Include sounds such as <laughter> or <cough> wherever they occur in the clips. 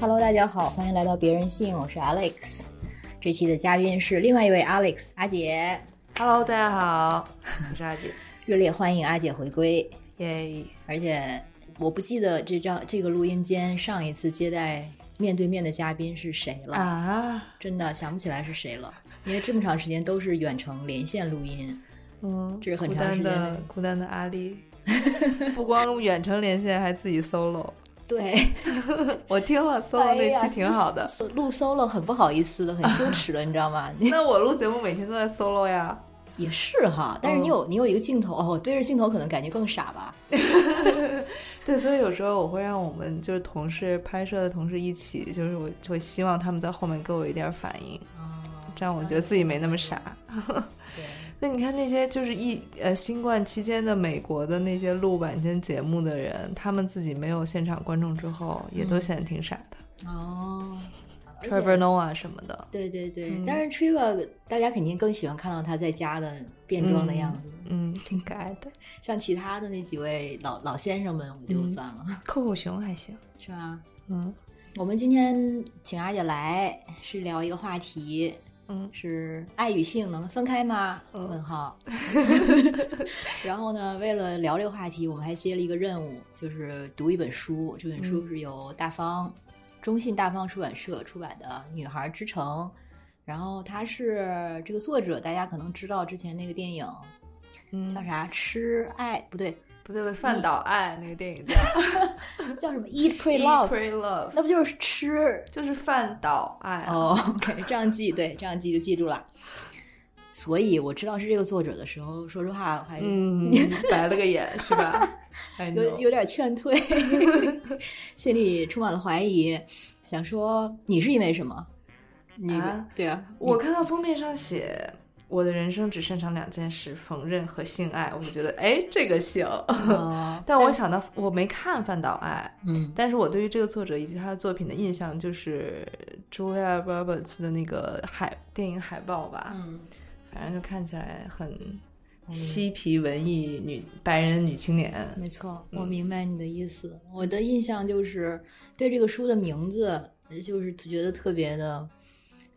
Hello，大家好，欢迎来到别人信，我是 Alex。这期的嘉宾是另外一位 Alex 阿杰， Hello，大家好，我是阿姐，热烈欢迎阿姐回归。耶！而且我不记得这张这个录音间上一次接待面对面的嘉宾是谁了，啊，真的想不起来是谁了，因为这么长时间都是远程连线录音。嗯，这是很孤长时单间的的孤单的阿丽，不光远程连线，还自己 solo。对， <laughs> 我听了 solo 哎那呀期挺好的，录 solo 很不好意思的，很羞耻的，你知道 <laughs> 吗？那我录节目每天都在 solo 呀。也是哈，但是你有、嗯你有一个镜头哦，对着镜头可能感觉更傻吧？对，所以有时候我会让我们就是同事拍摄的同事一起，就是我会希望他们在后面给我一点反应，啊，这样我觉得自己没那么傻。对，那你看那些就是一呃新冠期间的美国的那些录晚间节目的人，他们自己没有现场观众之后，也都显得挺傻的。哦。嗯而且 Trevor Noah 什么的，对对对，嗯当然 Triva 大家肯定更喜欢看到他在家的变装的样子，嗯，挺可爱 <laughs> 的。像其他的那几位老老先生们，我就嗯算了，扣扣熊还行，是吧？嗯我们今天请阿姐来是聊一个话题，嗯是爱与性能分开吗？嗯问 <laughs> 号。然后呢，为了聊这个话题，我们还接了一个任务，就是读一本书。这本嗯书是由大方、中信大方出版社出版的《女孩之城》，然后它是这个作者，大家可能知道之前那个电影叫嗯，啥《吃爱》不对，不对不对，饭岛爱那个 <laughs> 电影叫叫什么《Eat Pray Eat, Love》， Pray Love，那不就是吃就是饭岛爱啊。哦、o k 这样记， <laughs> 对，这样记就记住了。所以我知道是这个作者的时候，说实话我还嗯， <laughs> 白了个眼是吧？I 有 know 有点劝退， <laughs> 心里充满了怀疑，想说你是因为什么？你、啊对 <laughs> 啊，我看到封面上写“我的人生只擅长两件事：缝纫和性爱”，我就觉得哎，这个行。呃但我想到我没看范岛爱，嗯但是我对于这个作者以及他的作品的印象就是呃 Julia Roberts 的那个海电影海报吧，嗯，反正就看起来很嬉皮文艺女白人女青年。没错，我嗯明白你的意思。我的印象就是对这个书的名字，就是觉得特别的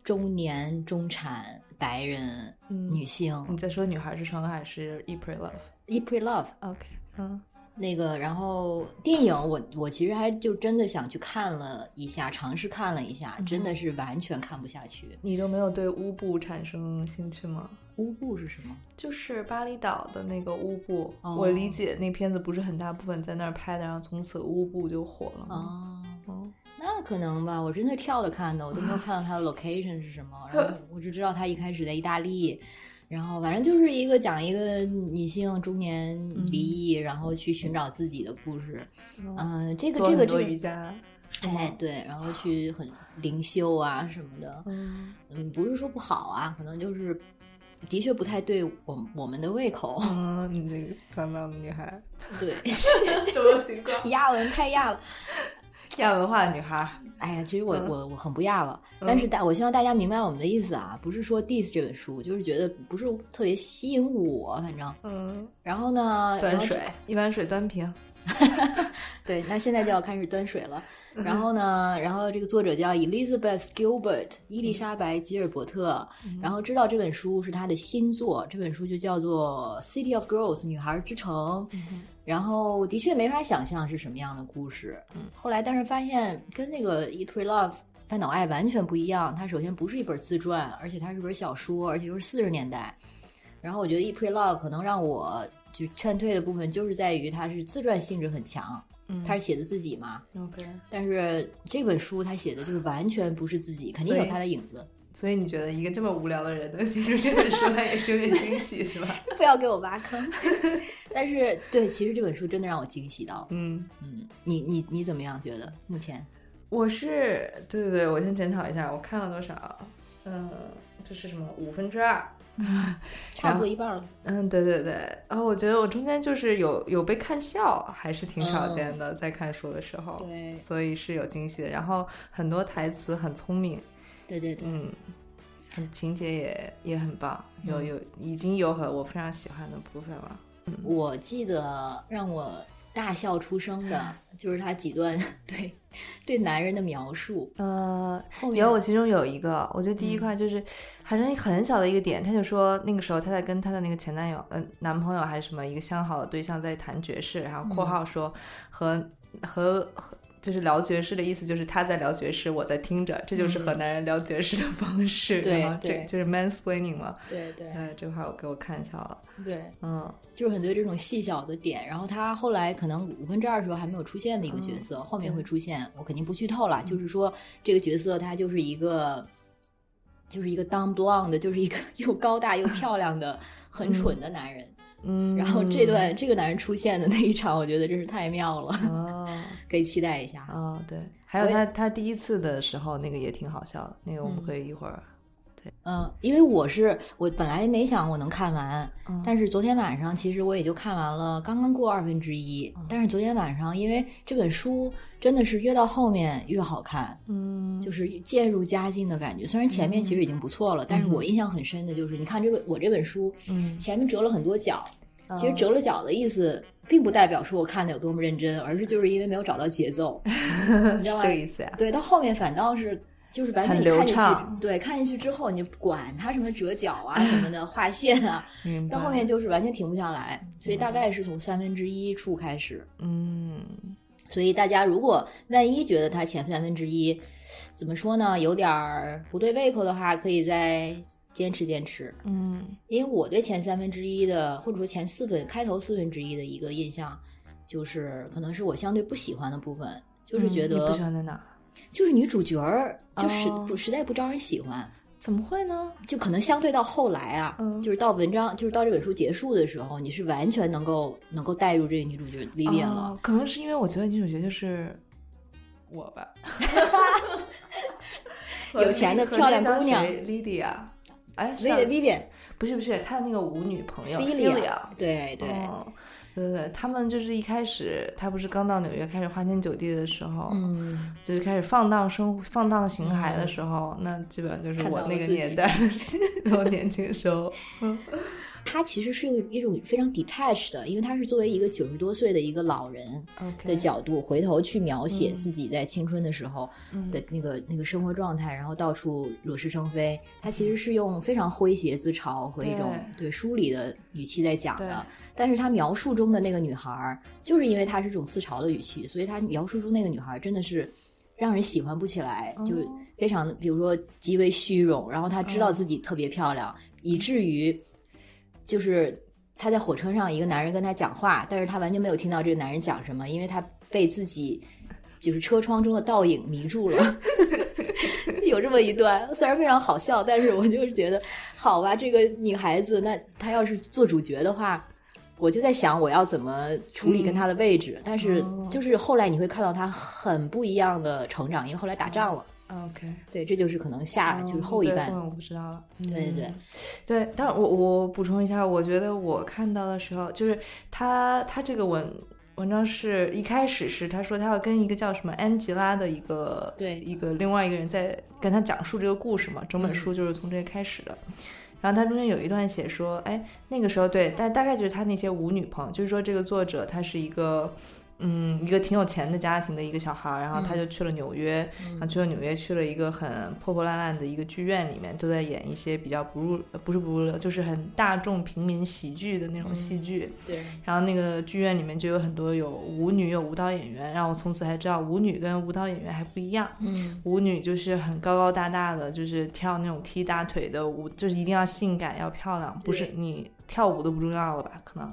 中年中产白人嗯女性。你在说女孩之城还是 e p r e Love？OK，、 e p r e Love 嗯那个，然后电影我我其实还就真的想去看了一下，尝试看了一下，真的是完全看不下去。你都没有对乌布产生兴趣吗？乌布是什么？就是巴厘岛的那个乌布，哦我理解那片子不是很大部分在那儿拍的，然后从此乌布就火了嘛。哦，嗯那可能吧，我真的跳着看的，我都没有看到它的 location 是什么，然后我就知道它一开始在意大利，然后反正就是一个讲一个女性中年离异，然后去寻找自己的故事。嗯嗯、这个做这个很这个多瑜，伽，哎对，然后去很灵修啊什么的，嗯嗯，不是说不好啊，可能就是的确不太对我我们的胃口。嗯，你这个脏脏的女孩， <laughs> 对，什么情况？亚文太亚了。亚文化女孩，哎呀，其实我、嗯我我很不亚了，但是大我希望大家明白我们的意思啊，不是说 diss 这本书，就是觉得不是特别吸引我，反正。嗯，然后呢，然端后水，一碗水端平，对，那现在就要开始端水了。嗯然后呢，然后这个作者叫 Elizabeth Gilbert，伊嗯丽莎白·吉尔伯特。然后知道这本书是她的新作，这本书就叫做《City of Girls》女孩之城。嗯然后的确没法想象是什么样的故事。后来但是发现跟那个《Eat Pray Love》。翻岛爱完全不一样，它首先不是一本自传，而且它是本小说，而且又是四十年代。然后我觉得《Eat Pray Love》可能让我就劝退的部分，就是在于它是自传性质很强，嗯他是写的自己嘛， OK，但是这本书他写的就是完全不是自己，肯定有他的影子。所以你觉得一个这么无聊的人能写出这本书来，也哎是有点惊喜是吧？不要给我挖坑。但是对，其实这本书真的让我惊喜到。 <laughs> 嗯。嗯，你你你怎么样觉得？目前我是对对对，我先检讨一下，我看了多少？嗯，这是什么？五分之二。差不多一半了。嗯，对对对。然、后我觉得我中间就是有有被看笑，还是挺少见的，在看书的时候。对所以是有惊喜的。然后很多台词很聪明，对对对，嗯，很情节也也很棒，嗯有有已经有很我非常喜欢的部分了。我记得让我大笑出声 <laughs> 的，就是他几段 <laughs> 对对男人的描述。呃，面嗯有我其中有一个，我觉得第一块就是好像很小的一个点，他就说那个时候他在跟他的那个前男友，呃，男朋友还是什么一个相好的对象在谈爵士，然嗯后括号说和、和和就是聊爵士的意思就是他在聊爵士，我在听着，这就是和男人聊爵士的方式，嗯对然后这对就是 mansplaining 嘛。对对呃，这块我给我看笑了，对，嗯，就是很多这种细小的点，然后他后来可能五分之二的时候还没有出现的一个角色，后面会出现，我肯定不剧透了。就是说，这个角色他就是一个，就是一个 dumb blonde，就是一个 <laughs> 又高大又漂亮 <laughs> 的、很蠢的男人。嗯，然后这段这个男人出现的那一场，我觉得真是太妙了， <laughs> 哦。可以期待一下。哦，对，还有我也他他第一次的时候那个也挺好笑的，那个我们嗯可以一会儿，嗯，因为我是我本来没想我能看完，嗯但是昨天晚上其实我也就看完了，刚刚过二分之一。但是昨天晚上，因为这本书真的是越到后面越好看，嗯，就是渐入佳境的感觉。虽然前面其实已经不错了，但是我印象很深的就是，你看这个我这本书，嗯前面折了很多角，其实哦折了角的意思。并不代表说我看的有多么认真，而是就是因为没有找到节奏，你知道吧？这个意思呀、对，到后面反倒是就是完全很你流看进畅去，对，看进去之后你就不管它什么折角啊什么 <laughs> 的划线啊，明白。到后面就是完全停不下来，所以大概是从三分之一处开始。嗯，所以大家如果万一觉得它前三分之一怎么说呢，有点儿不对胃口的话，可以再坚持坚持。嗯因为我对前三分之一的，或者说前四分开头四分之一的一个印象，就是可能是我相对不喜欢的部分，就是觉嗯你得不喜欢在哪儿？就是女主角儿，就实哦不实在不招人喜欢，怎么会呢？就可能相对到后来啊，嗯就是到文章，就是到这本书结束的时候，你是完全能够能够带入这个女主角 Vivian 了。哦，可能是因为我觉得女主角就是我吧， <laughs> <laughs> 有钱的漂亮姑娘 Lydia，哎 v i 是 Vivian 不是不是她的那个舞女朋友 Celia，对对，哦对对对，他们就是一开始，她不是刚到纽约开始花天酒地的时候，嗯，就是开始放荡生活、放荡形骸的时候，那基本上就是看我到那了个自己年代， <laughs> 我年轻的 <laughs> 时候，她其实是有一种非常 detached 的，因为她是作为一个九十多岁的一个老人 OK 的角度回头去描嗯写自己在青春的时候的那个、那个生活状态，然后到处惹是生非。她其实是用非常诙谐自嘲和一种对疏离的语气在讲对的，但是她描述中的那个女孩儿，就是因为她是这种自嘲的语气，所以她描述中那个女孩儿真的是让人喜欢不起来，就非常的比如说极为虚荣，然后她知道自己特别漂亮，以至于就是她在火车上，一个男人跟她讲话，但是她完全没有听到这个男人讲什么，因为她被自己就是车窗中的倒影迷住了。 <laughs> 有这么一段，虽然非常好笑，但是我就是觉得，好吧，这个女孩子，那她要是做主角的话，我就在想我要怎么处理跟她的位置。但是就是后来你会看到她很不一样的成长，因为后来打仗了， OK，嗯对，这就是可能下就是哦后一对半，面我不知道了。对对对嗯对，但是我我补充一下，我觉得我看到的时候，就是他他这个文文章是一开始是他说他要跟一个叫什么安吉拉的一个对一个另外一个人在跟他讲述这个故事嘛，整本书就是从这个开始的。然后他中间有一段写说，哎，那个时候对，但大概就是他那些舞女朋友，就是说这个作者他是一个。嗯，一个挺有钱的家庭的一个小孩儿，然后他就去了纽约，然啊后去了纽约，去了一个很破破烂烂的一个剧院里面，都在演一些比较不入，呃不是不入流，就是很大众平民喜剧的那种戏剧。对然后那个剧院里面就有很多有舞女，有舞蹈演员，然后我从此才知道舞女跟舞蹈演员还不一样。嗯，舞女就是很高高大大的，就是跳那种踢大腿的舞，就是一定要性感要漂亮，不是你跳舞都不重要了吧？可能。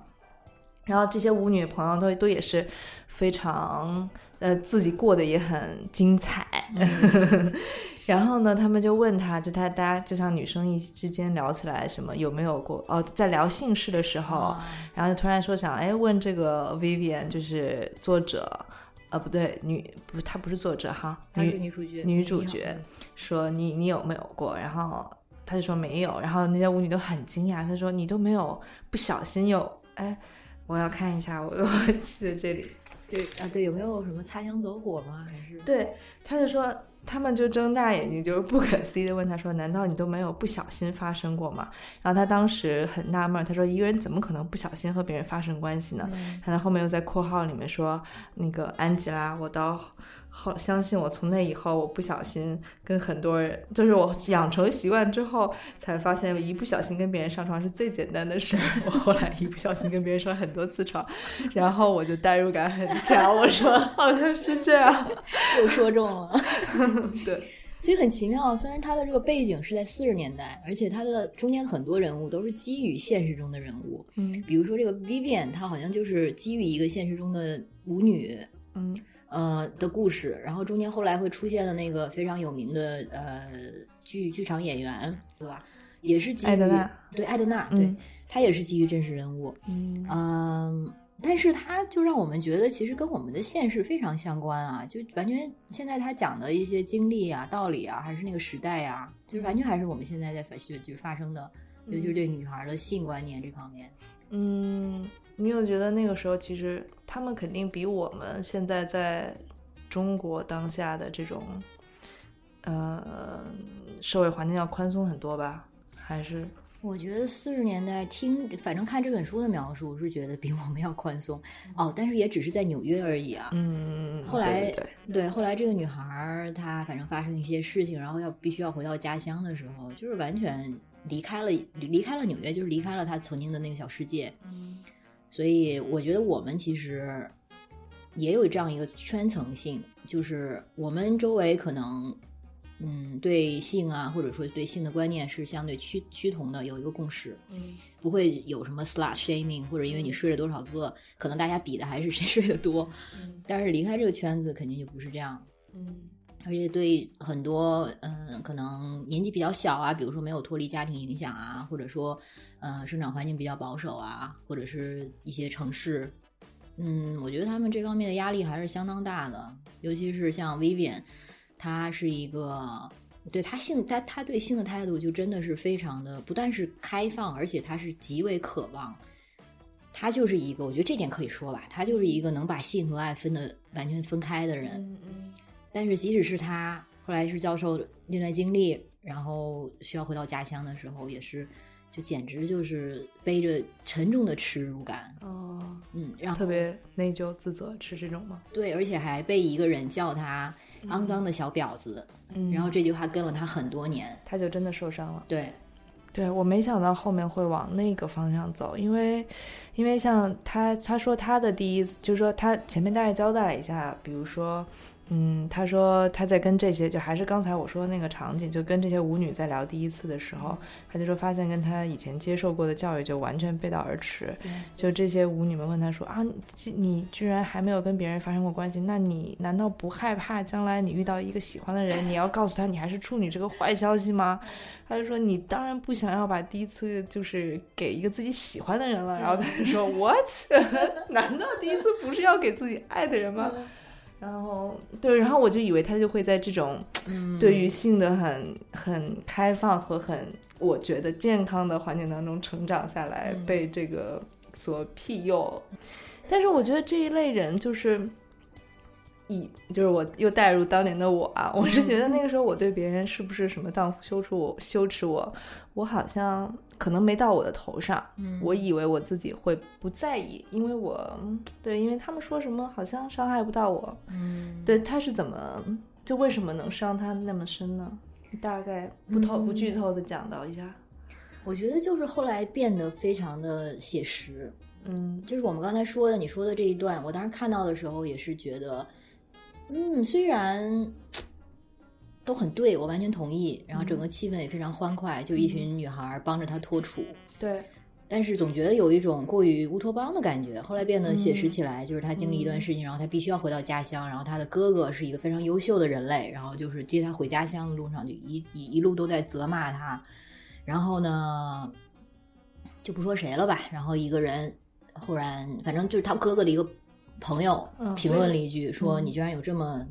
然后这些舞女朋友都都也是非常呃自己过得也很精彩，嗯 <laughs> 然后呢，他们就问他，就他大家就像女生一之间聊起来什么有没有过哦，在聊姓氏的时候，哦然后就突然说想哎问这个 Vivian 就是作者，呃不对女不她不是作者哈，她女是女主角，女主角说你你有没有过？然后他就说没有，然后那些舞女都很惊讶，她说你都没有不小心有哎，我要看一下，我 <laughs> 我记得这里，对啊，对，有没有什么擦枪走火吗？还是对，他就说他们就睁大眼睛，就是不可思议的问他说：“难道你都没有不小心发生过吗？”然后他当时很纳闷，他说：“一个人怎么可能不小心和别人发生关系呢？”他在后面又在括号里面说：“那个安吉拉，我到后相信我，从那以后我不小心跟很多人，就是我养成习惯之后，才发现一不小心跟别人上床是最简单的事。我后来一不小心跟别人上很多次床，然后我就代入感很强，我说好像是这样，又说中了。对，所以很奇妙，虽然它的这个背景是在四十年代，而且它的中间很多人物都是基于现实中的人物，嗯比如说这个 Vivian，她好像就是基于一个现实中的舞女，嗯呃的故事，然后中间后来会出现的那个非常有名的呃剧剧场演员，对吧？也是基于艾德娜对艾德娜，嗯对、她也是基于真实人物，嗯嗯，但是它就让我们觉得其实跟我们的现实非常相关啊，就完全现在他讲的一些经历啊、道理啊，还是那个时代啊，就是完全还是我们现在在发就就发生的，尤其是对女孩的性观念这方面，嗯，你有觉得那个时候其实他们肯定比我们现在在中国当下的这种呃社会环境要宽松很多吧？还是我觉得四十年代听，反正看这本书的描述是觉得比我们要宽松哦，但是也只是在纽约而已啊。嗯，后来对对对对，后来这个女孩儿她反正发生一些事情，然后要必须要回到家乡的时候，就是完全离开了离开了纽约，就是离开了她曾经的那个小世界。嗯所以我觉得我们其实也有这样一个圈层性，就是我们周围可能，嗯，对性啊，或者说对性的观念是相对趋趋同的，有一个共识，嗯不会有什么 slut shaming，或者因为你睡了多少个，可能大家比的还是谁睡得多。嗯但是离开这个圈子，肯定就不是这样。嗯而且对很多嗯，可能年纪比较小啊，比如说没有脱离家庭影响啊，或者说呃生长环境比较保守啊，或者是一些城市，嗯，我觉得他们这方面的压力还是相当大的。尤其是像 Vivian，她是一个对她性，她她对性的态度就真的是非常的，不但是开放，而且她是极为渴望。她就是一个，我觉得这点可以说吧，她就是一个能把性和爱分的完全分开的人。嗯嗯但是即使是他后来是遭受虐待经历，然后需要回到家乡的时候，也是就简直就是背着沉重的耻辱感，哦，嗯，然后特别内疚自责是这种吗？对，而且还被一个人叫他肮脏的小婊子，嗯然后这句话跟了他很多年，他就真的受伤了。对，对我没想到后面会往那个方向走，因为，因为像他他说他的第一，就是说他前面大概交代了一下，比如说，嗯，他说他在跟这些，就还是刚才我说的那个场景，就跟这些舞女在聊第一次的时候，他就说发现跟他以前接受过的教育就完全背道而驰，就这些舞女们问他说啊，你既你居然还没有跟别人发生过关系，那你难道不害怕将来你遇到一个喜欢的人，你要告诉他你还是处女这个坏消息吗？他就说你当然不想要把第一次就是给一个自己喜欢的人了，然后他就说 what？难 <laughs> 道第一次不是要给自己爱的人吗？然后对，然后我就以为他就会在这种嗯，对于性的很很开放和很我觉得健康的环境当中成长下来，嗯被这个所庇佑。但是我觉得这一类人就是。以就是我又带入当年的我啊，我是觉得那个时候我对别人是不是什么荡妇羞耻我羞耻我，我好像可能没到我的头上，嗯我以为我自己会不在意，因为我对，因为他们说什么好像伤害不到我，嗯，对，他是怎么就为什么能伤他那么深呢？大概不嗯透不剧透的讲到一下，我觉得就是后来变得非常的写实，嗯就是我们刚才说的，你说的这一段，我当时看到的时候也是觉得，嗯，虽然都很对，我完全同意，然后整个气氛也非常欢快，就一群女孩儿帮着他脱楚，对，但是总觉得有一种过于乌托邦的感觉。后来变得写实嗯起来，就是他经历一段事情，然后他必须要回到家乡，然后他的哥哥是一个非常优秀的人类，然后就是接他回家乡的路上就一一一路都在责骂他，然后呢，就不说谁了吧，然后一个人忽然，反正就是他哥哥的一个朋友嗯评论了一句，说嗯你居然有这么。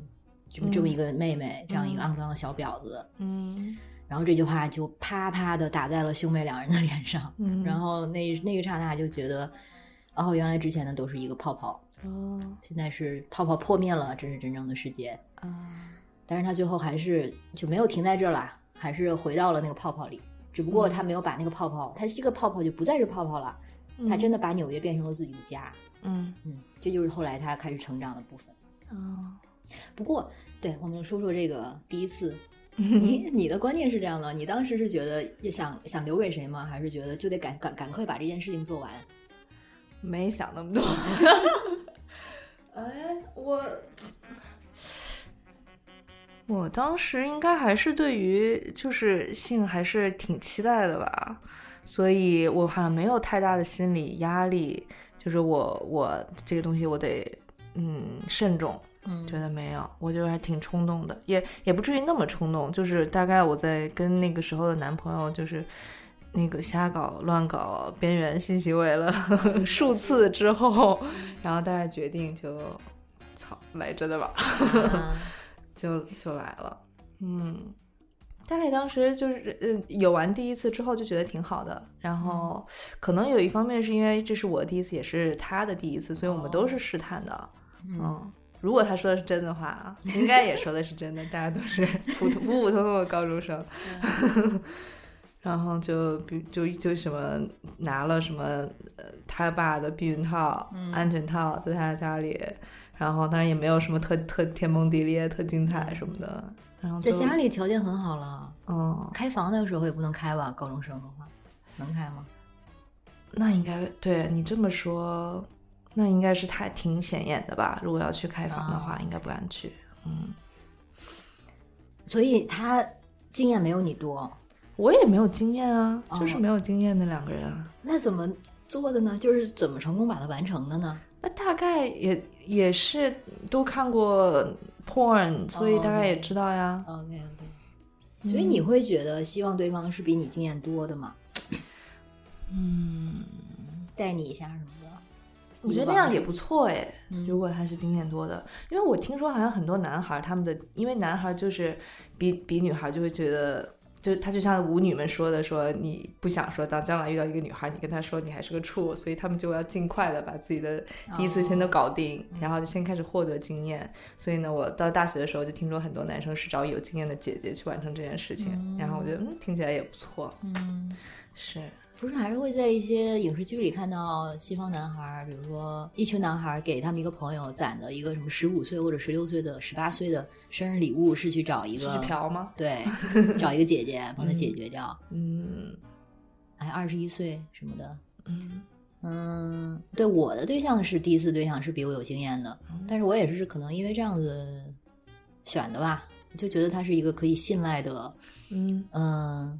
这么这么一个妹妹，这样一个肮脏的小婊子，嗯然后这句话就啪啪的打在了兄妹两人的脸上，嗯然后那那个刹那就觉得，哦，原来之前的都是一个泡泡，哦现在是泡泡破灭了，这是真正的世界。啊，但是他最后还是就没有停在这儿啦，还是回到了那个泡泡里，只不过他没有把那个泡泡，他这个泡泡就不再是泡泡了，他真的把纽约变成了自己的家。嗯嗯，这就是后来他开始成长的部分。哦啊，不过，对我们说说这个第一次，你你的观念是这样的，你当时是觉得想想留给谁吗？还是觉得就得赶赶赶快把这件事情做完？没想那么多。 <laughs> 哎，我 <sniffs> 我当时应该还是对于就是性还是挺期待的吧，所以我好像没有太大的心理压力，就是我我这个东西我得嗯慎重。嗯 <laughs> 觉得没有，我就还挺冲动的，也也不至于那么冲动，就是大概我在跟那个时候的男朋友就是那个瞎搞乱搞边缘性行为了 <laughs> 数次之后，然后大概决定就操来真的吧，啊就就来了，嗯。大概当时就是，呃，有完第一次之后就觉得挺好的，然后可能有一方面是因为这是我的第一次，也是他的第一次，所以我们都是试探的，嗯，嗯，如果他说的是真的话 <laughs> 啊，应该也说的是真的，大家都是 <laughs> 普通普普通通的高中生，嗯然后就比就就什么拿了什么呃他爸的避孕套、嗯安全套在他家里，然后当然也没有什么特 <laughs> 特天崩地裂、特精彩什么的，然后在就家里条件很好了，嗯，开房的时候也不能开吧？高中生的话，能开吗？那应该对你这么说，那应该是他挺显眼的吧？如果要去开房的话，啊应该不敢去，嗯。所以他经验没有你多，我也没有经验啊，哦就是没有经验的两个人啊。那怎么做的呢？就是怎么成功把它完成的呢？那大概也也是都看过 porn，所以大概也知道呀。 OK OK，所嗯以你会觉得希望对方是比你经验多的吗？嗯，带你一下什么的？我觉得那样也不错哎。嗯如果他是经验多的，因为我听说好像很多男孩儿他们的，因为男孩儿就是比比女孩儿就会觉得。就他就像舞女们说的，说你不想说，当将来遇到一个女孩儿，你跟她说你还是个处，所以他们就要尽快的把自己的第一次先都搞定，然后就先开始获得经验。所以呢，我到大学的时候就听说很多男生是找有经验的姐姐去完成这件事情，然后我觉得嗯听起来也不错，嗯，是不是，还是会在一些影视剧里看到西方男孩儿，比如说一群男孩儿给他们一个朋友攒的一个什么十五岁或者十六岁的、十八岁的生日礼物，是去找一是个嫖吗？对，找一个姐姐帮他解决掉，嗯哎，二十一岁什么的。嗯嗯，对，我的对象是第一次对象是比我有经验的，嗯但是我也是可能因为这样子选的吧，就觉得他是一个可以信赖的，嗯嗯，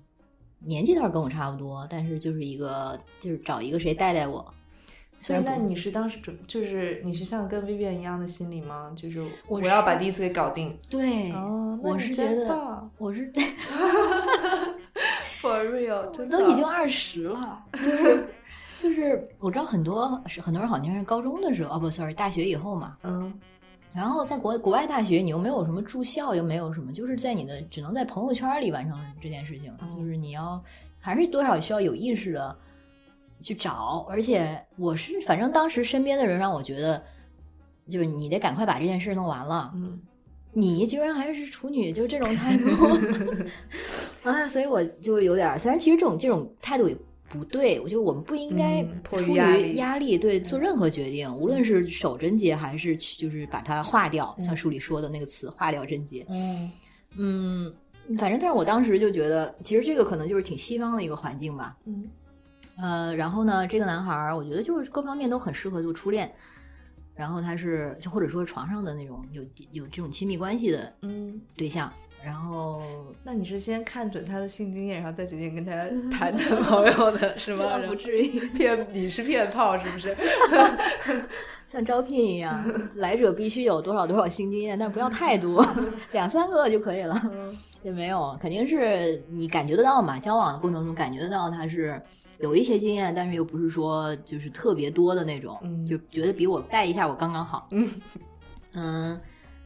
年纪倒是跟我差不多，但是就是一个就是找一个谁带带我。所以虽那然不你是当时准，就是你是像跟 Vivian 一样的心理吗？就是我我是要把第一次给搞定。哎对，那我你是觉真得棒我是 For real，真都已经二十 <laughs> 了，就是就是我知道很多是很多人好像是高中的时候哦不，sorry，大学以后嘛，嗯然后在国国外大学，你又没有什么住校，又没有什么，就是在你的只能在朋友圈里完成这件事情，嗯就是你要还是多少需要有意识的去找。而且我是反正当时身边的人让我觉得，就是你得赶快把这件事弄完了，嗯，你居然还是处女，就这种态度 <laughs> 啊！所以我就有点儿，虽然其实这种这种态度也不对，我觉得我们不应该嗯迫出于于压力压力对做任何决定，无论是守贞洁还是去就是把它化掉，像书里说的那个词“化掉贞洁”。嗯嗯，反正但是我当时就觉得，其实这个可能就是挺西方的一个环境吧。嗯呃，然后呢，这个男孩儿，我觉得就是各方面都很适合做初恋。然后他是，就或者说床上的那种有有这种亲密关系的嗯，对象，然后那你是先看准他的性经验，然后再决定 <laughs> 跟他谈男朋友的啊是 <laughs> 吗？然后不至于骗你是骗炮是不是？像招聘一 <laughs> 样，来者必须有多少多少性经验，但不要太多，两三个就可以了。嗯也没有，肯定是你感觉得到嘛，交往的过程中感觉得到他是有一些经验，但是又不是说就是特别多的那种，嗯就觉得比我带一下我刚刚好。嗯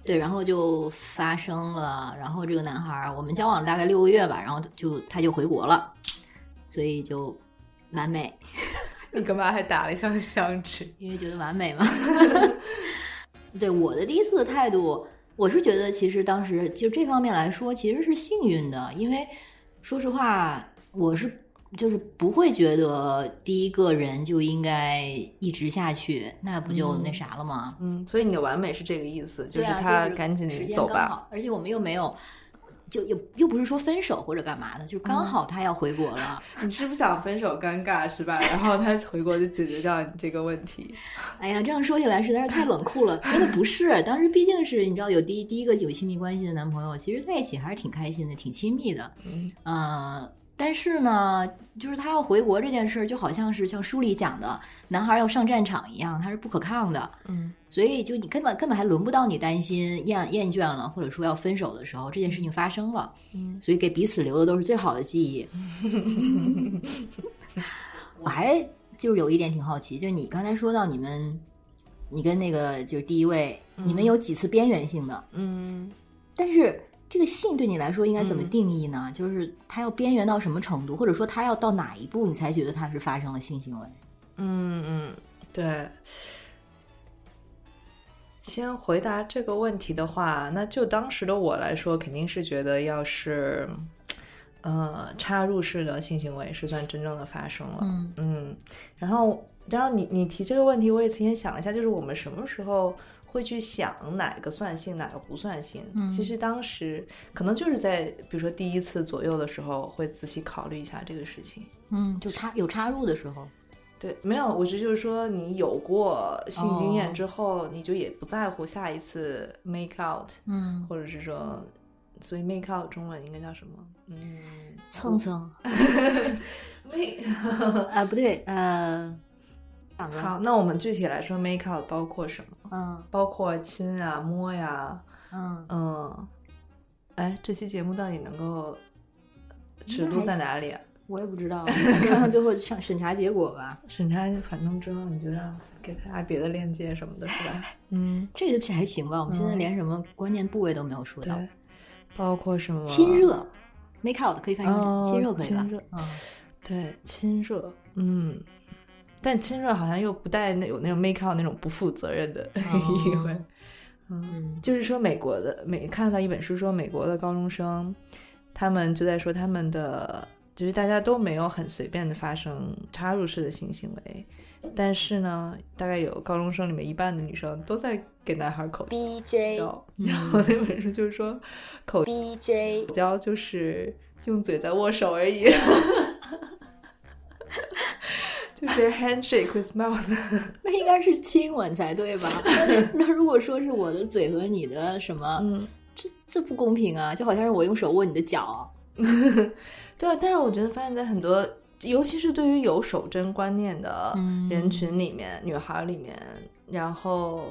对，然后就发生了，然后这个男孩儿我们交往了大概六个月吧，然后就他就回国了，所以就完美。你干嘛还打了一箱香纸？ <laughs> 因为觉得完美嘛。对我的第一次的态度，我是觉得，其实当时就这方面来说，其实是幸运的，因为说实话，我是就是不会觉得第一个人就应该一直下去，那不就那啥了吗？嗯，所以你的完美是这个意思，对是啊他就是赶紧时间走刚吧。好，而且我们又没有。就又又不是说分手或者干嘛的，就刚好他要回国了，你是不想分手尴尬是吧？然后他回国就解决掉你这个问题。哎呀，这样说起来实在是太冷酷了。真的不是，当时毕竟是你知道有第一第一个有亲密关系的男朋友，其实在一起还是挺开心的，挺亲密的。嗯呃，但是呢，就是他要回国这件事儿，就好像是像书里讲的，男孩要上战场一样，他是不可抗的。嗯所以就你根本根本还轮不到你担心厌厌倦了，或者说要分手的时候，这件事情发生了。嗯，所以给彼此留的都是最好的记忆。 <laughs> 我还就是有一点挺好奇，就你刚才说到你们，你跟那个就是第一位，你们有几次边缘性的， <laughs> 嗯，但是这个性对你来说应该怎么定义呢？就是它要边缘到什么程度，或者说它要到哪一步，你才觉得它是发生了性行为？嗯嗯，对。先回答这个问题的话，那就当时的我来说，肯定是觉得要是，呃，插入式的性行为是算真正的发生了。嗯嗯，然后，然后你你提这个问题，我也曾经想了一下，就是我们什么时候会去想哪个算性，哪个不算性？嗯其实当时可能就是在比如说第一次左右的时候，会仔细考虑一下这个事情。嗯，就插有插入的时候，对，没有，我只就是说，你有过性经哦验之后，你就也不在乎下一次 make out，嗯，或者是说，所以 make out 中文应该叫什么？嗯蹭蹭，make。啊，不对，呃，两个 <laughs> 好，那我们具体来说，make out 包括什么？嗯包括亲啊、摸呀、嗯，嗯，哎，这期节目到底能够尺应该度还在哪里啊？我也不知 <laughs> 道，看看最后审审查结果吧。审查反正之后你就让给他别的链接什么的，<laughs> 是吧？嗯，这个其实还行吧，我们现在嗯连什么关键部位都没有说到。对，包括什么亲热，make out 可以翻译成哦亲热，可以吧亲热？嗯，对，亲热，嗯，但亲热好像又不带那有那种 make out 那种不负责任的 <laughs> 意味。哦嗯就是说，美国的美看到一本书说，美国的高中生，他们就在说他们的，就是大家都没有很随便的发生插入式的性行为，但是呢，大概有高中生里面一半的女生都在给男孩口 BJ 交，嗯然后那本书就是说， BJ 口交就是用嘴在握手而已， <laughs> 就是 handshake with mouth。 <laughs> <laughs> 那应该是亲吻才对吧？那如果说是我的嘴和你的什么，嗯，这这不公平啊！就好像是我用手握你的脚，对啊，但是我觉得发现，在很多，尤其是对于有守贞观念的人群里面，女孩里面，然后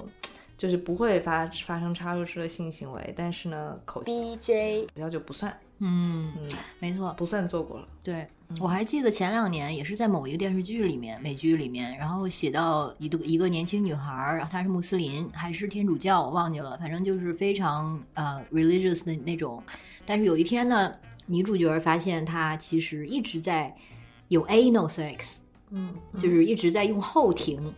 就是不会发发生插入式的性行为，但是呢，口 BJ 交就不算，嗯，嗯，没错，不算做过了。对，我还记得前两年也是在某一个电视剧里面，美剧里面，然后写到一个一个年轻女孩儿，然后她是穆斯林还是天主教，我忘记了，反正就是非常呃 religious 的那种。但是有一天呢，女主角发现她其实一直在有 anal sex，嗯，就就是是一直在用后庭，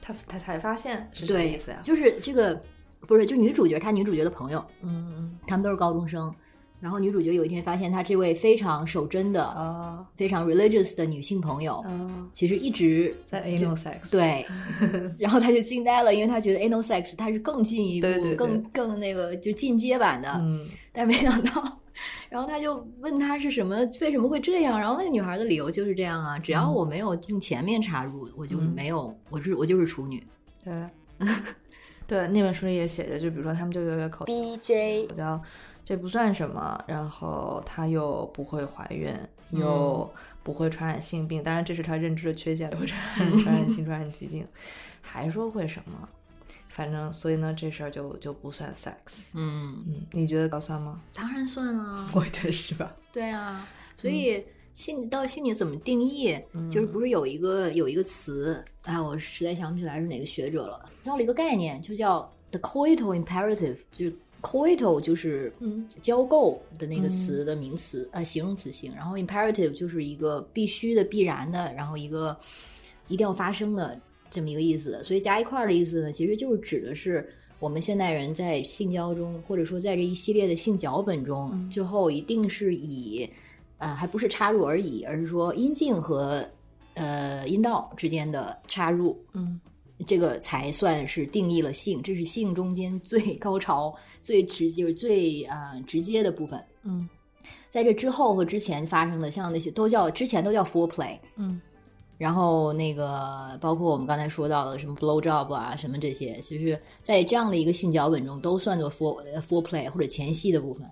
他他才发现是这个对，意思呀、就是这个不是就女主角她女主角的朋友，嗯嗯他们都是高中生。然后女主角有一天发现她这位非常守贞的、啊非常 religious 的女性朋友，啊，其实一直在 anal sex，对， <laughs> 然后他就惊呆了，因为他觉得 anal sex 它是更进一步、对对对更更那个就进阶版的，嗯但没想到，然后他就问他是什么，为什么会这样？然后那个女孩的理由就是这样啊，只要我没有用前面插入，我就是嗯没有，我是我就是处女。对。 <laughs> 对，那本书里也写着，就比如说他们就有一个口 BJ 然后这不算什么，然后她又不会怀孕，嗯又不会传染性病，当然这是她认知的缺陷，会传染传染性传染疾病，还说会什么？反正所以呢，这事儿就就不算 sex。嗯，嗯，你觉得高算吗？当然算啊， <laughs> 我觉得是吧。对啊，所以。性到底性你怎么定义？嗯就是不是有一个有一个词，哎，我实在想不起来是哪个学者了，造了一个概念，就叫 the coital imperative，就是 coital 就是嗯交媾的那个词的名词，呃，形容词性，然后 imperative 就是一个必须的、必然的，然后一个一定要发生的这么一个意思。所以加一块儿的意思呢，其实就是指的是我们现代人在性交中，或者说在这一系列的性脚本中，最后一定是以，呃，还不是插入而已，而是说阴茎和呃阴道之间的插入，嗯，这个才算是定义了性，这是性中间最高潮、最直接、最啊、呃直接的部分。嗯在这之后和之前发生的，像那些都叫之前都叫 foreplay，嗯然后那个包括我们刚才说到的什么 blow job 啊，什么这些，其实在这样的一个性脚本中都算作 for for play 或者前戏的部分。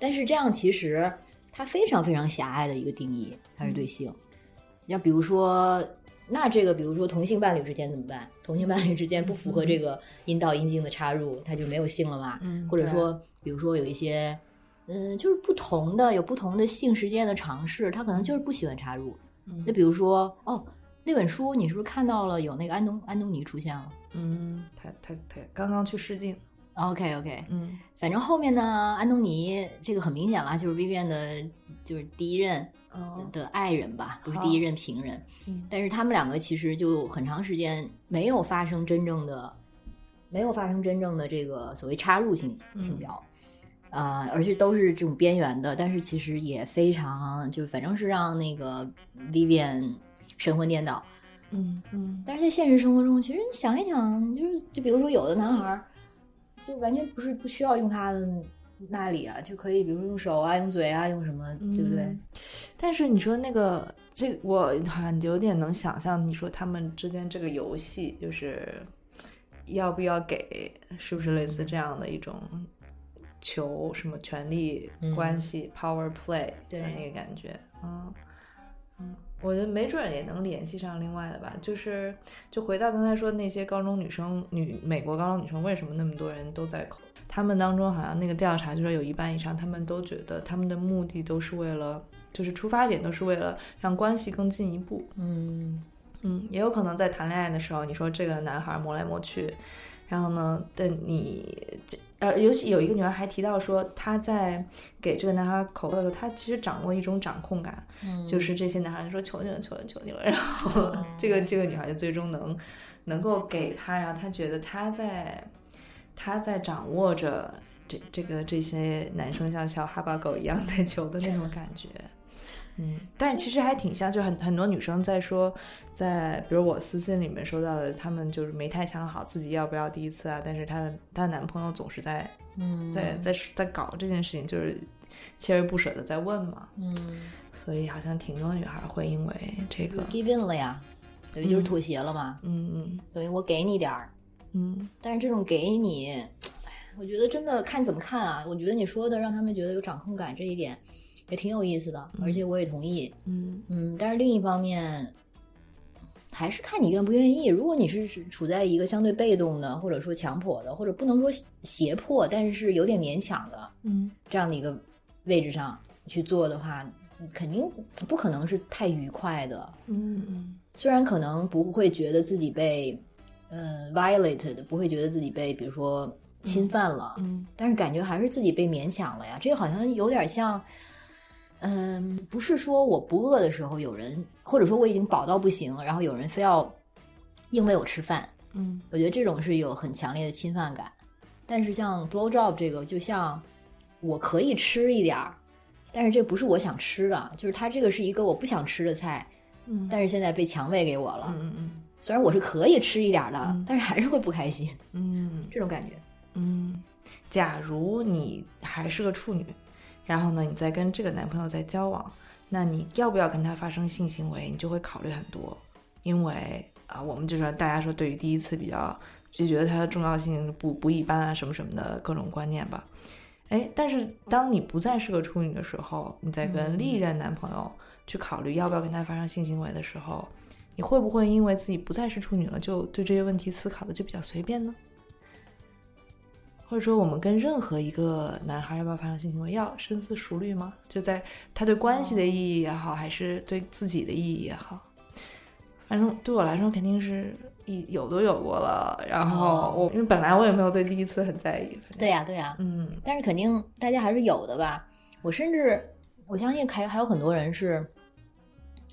但是这样其实它非常非常狭隘的一个定义，它是对性。要比如说，那这个比如说同性伴侣之间怎么办？同性伴侣之间不符合这个阴道阴茎的插入，它就没有性了嘛？嗯或者对说，比如说有一些。嗯，就是不同的有不同的性实践的尝试，他可能就是不喜欢插入，那嗯比如说，哦，那本书你是不是看到了有那个安东安东尼出现了嗯，他他他刚刚去试镜， ？OK OK，嗯反正后面呢，安东尼这个很明显啦，就是 Vivian 的，就是第一任哦的爱人吧，不是哦第一任情人，嗯但是他们两个其实就很长时间没有发生真正的，没有发生真正的这个所谓插入性性交，呃，而且都是这种边缘的，但是其实也非常就反正是让那个 Vivian 神魂颠倒。嗯嗯但是在现实生活中，其实你想一想，就是就比如说有的男孩儿，就完全不是不需要用他的那里啊，就可以比如说用手啊、用嘴啊、用什么，对不对？嗯但是你说那个这，我很有点能想象，你说他们之间这个游戏就是要不要给，是不是类似这样的一种求什么权力嗯关系、power play 对的那个感觉？嗯嗯，我觉得没准儿也能联系上另外的吧，就是就回到刚才说那些高中女生，女美国高中女生为什么那么多人都在口？他们当中好像那个调查就说有一半以上，他们都觉得他们的目的都是为了，就是出发点都是为了让关系更进一步。嗯嗯，也有可能在谈恋爱的时候，你说这个男孩磨来磨去，然后呢，但你这呃，尤其有一个女孩还提到说，她在给这个男孩口头的时候，她其实掌握一种掌控感，嗯就是这些男孩就说求你了，求你了，求你了，然后 <laughs> 这个这个女孩就最终能能够给他，然后他觉得他在他在掌握着这这个这些男生像小哈巴狗一样在求的那种感觉。嗯，但其实还挺像，就很很多女生在说，在比如我私信里面收到的，她们就是没太想好自己要不要第一次啊，但是她的她男朋友总是在嗯在在在搞这件事情，就是锲而不舍的在问嘛。嗯所以好像挺多女孩会因为这个， give in 了呀，等于就是妥协了嘛，嗯等于我给你点儿，嗯但是这种给你，哎我觉得真的看怎么看啊。我觉得你说的让他们觉得有掌控感这一点也挺有意思的，而且我也同意。嗯嗯，但是另一方面，还是看你愿不愿意。如果你是处在一个相对被动的，或者说强迫的，或者不能说胁迫，但是有点勉强的嗯这样的一个位置上去做的话，肯定不可能是太愉快的。嗯嗯虽然可能不会觉得自己被，呃，violated，不会觉得自己被，比如说侵犯了，嗯但是感觉还是自己被勉强了呀。这个好像有点像，嗯，不是说我不饿的时候有人，或者说我已经饱到不行，然后有人非要硬喂我吃饭，嗯我觉得这种是有很强烈的侵犯感。但是像 blow job 这个，就像我可以吃一点儿，但是这不是我想吃的，就是它这个是一个我不想吃的菜，嗯但是现在被强喂给我了。嗯虽然我是可以吃一点儿的，嗯但是还是会不开心，嗯这种感觉。嗯，假如你还是个处女，然后呢，你在跟这个男朋友在交往，那你要不要跟他发生性行为，你就会考虑很多，因为啊，我们就说大家说对于第一次比较就觉得它的重要性不不一般啊，什么什么的各种观念吧。哎，但是当你不再是个处女的时候，你在跟历任男朋友去考虑要不要跟他发生性行为的时候，你会不会因为自己不再是处女了，就对这些问题思考的就比较随便呢？或者说，我们跟任何一个男孩要不要发生性行为，要深思熟虑吗？就在他对关系的意义也好，还是对自己的意义也好，反正对我来说肯定是一有都有过了。然后我因为本来我也没有对第一次很在意，对呀、对呀、嗯但是肯定大家还是有的吧。我甚至我相信还还有很多人是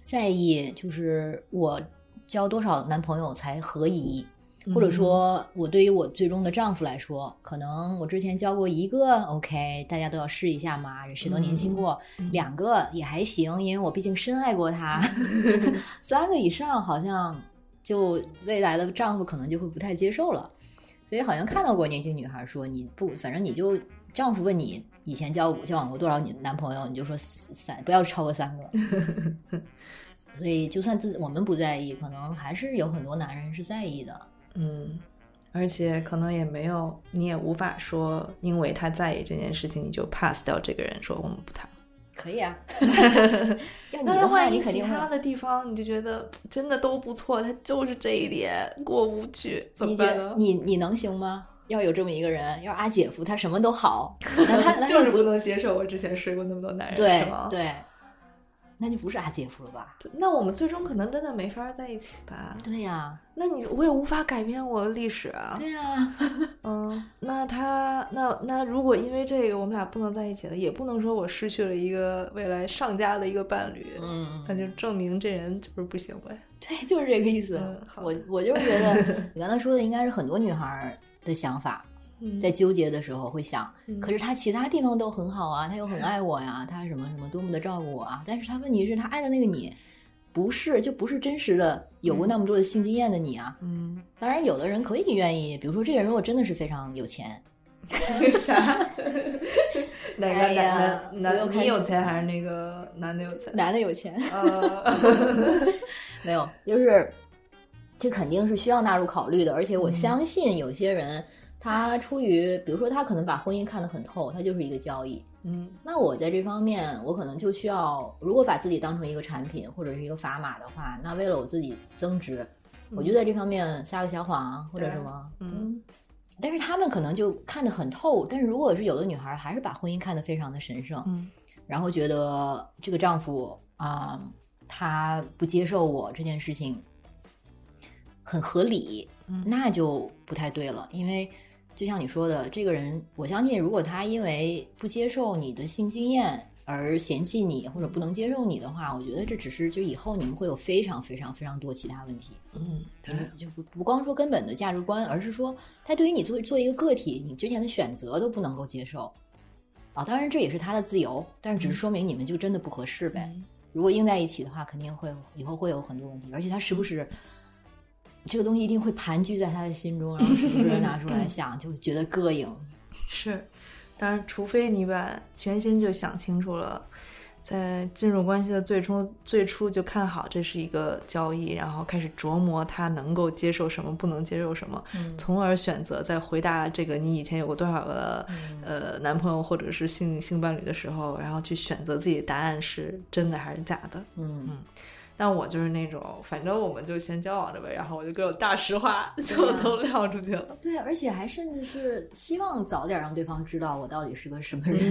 在意，就是我交多少男朋友才合宜？或者说，我对于我最终的丈夫来说，可能我之前交过一个，OK，大家都要试一下嘛，谁都年嗯轻过，两个也还行，因为我毕竟深爱过他， <laughs> 三个以上好像就未来的丈夫可能就会不太接受了。所以好像看到过年轻女孩说，你不，反正你就丈夫问你以前交交往过多少女男朋友，你就说三，不要超过三个。 <laughs> 所以就算自我们不在意，可能还是有很多男人是在意的。嗯，而且可能也没有，你也无法说，因为他在意这件事情，你就 pass 掉这个人，说我们不谈。可以 <laughs> 啊，要你但是的话，万你一肯其定会他的地方，你就觉得真的都不错，他就是这一点过无惧，怎你么觉办得呢？你你能行吗？要有这么一个人，要是阿姐夫，他什么都好，那 <laughs> 他那他就是不不能接受我之前睡过那么多男人，对是吗？。对，那就不是阿姐夫了吧？那我们最终可能真的没法在一起吧？对呀、那你我也无法改变我的历史啊。对呀、嗯，那他那那如果因为这个我们俩不能在一起了，也不能说我失去了一个未来上家的一个伴侣，嗯， <laughs> 那就证明这人就是不行呗。对，就是这个意思。嗯好我我就是觉得 <laughs> 你刚才说的应该是很多女孩儿的想法，嗯在纠结的时候会想，嗯可是他其他地方都很好啊，他又很爱我呀，他什么什么多么的照顾我啊，但是他问题是，他爱的那个你，不是就不是真实的有过那么多的性经验的你啊。嗯，当然，有的人可以愿意，比如说这个人如果真的是非常有钱，啥？ <laughs> 哪哎个呀男男不用男看你有这钱还是那个男的有钱？男的有钱呃， <laughs> <laughs> 没有，就是这肯定是需要纳入考虑的。而且我相信有些人，他出于比如说他可能把婚姻看得很透，他就是一个交易。嗯那我在这方面，我可能就需要，如果把自己当成一个产品或者是一个砝码的话，那为了我自己增值，我就在这方面撒个小谎啊或者什么。嗯，但是他们可能就看得很透，但是如果是有的女孩，还是把婚姻看得非常的神圣，嗯然后觉得这个丈夫啊、他不接受我这件事情很合理，嗯那就不太对了，因为就像你说的，这个人，我相信如果他因为不接受你的性经验而嫌弃你或者不能接受你的话，我觉得这只是就以后你们会有非常非常非常多其他问题，嗯，你们就不不光说根本的价值观，而是说他对于你作为做一个个体，你之前的选择都不能够接受。啊，当然这也是他的自由，但是只是说明你们就真的不合适呗。嗯如果硬在一起的话，肯定会以后会有很多问题，而且他时不时这个东西一定会盘踞在他的心中，然后时不时拿出嗯来想，就觉得膈应。是，当然，除非你把全心就想清楚了，在进入关系的最初最初就看好这是一个交易，然后开始琢磨他能够接受什么，不能接受什么，嗯从而选择在回答这个你以前有过多少个、嗯呃男朋友或者是性性伴侣的时候，然后去选择自己的答案是真的还是假的。嗯，但我就是那种，反正我们就先交往着呗，然后我就各种大实话 <laughs> 就对啊都撂 <laughs> 出去了。对，而且还甚至是希望早点让对方知道我到底是个什么人。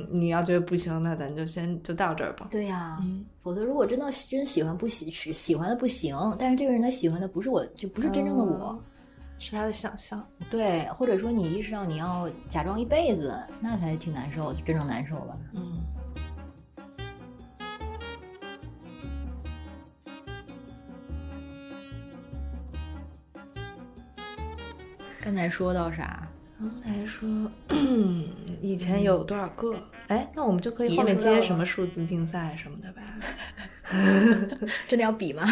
嗯，你要觉得不行，那咱就先就到这儿吧。对呀、嗯，否则如果真的真喜欢不喜喜喜欢的不行，但是这个人他喜欢的不是我，就不是真正的我。是他的想象。对，或者说你意识到你要假装一辈子，那才挺难受，真正难受吧。嗯，刚才说到啥？刚才 <clears throat> 说以前有多少个？哎，那我们就可已以经后面说到接了什么数字竞赛什么的吧？ <laughs> 真的要比吗？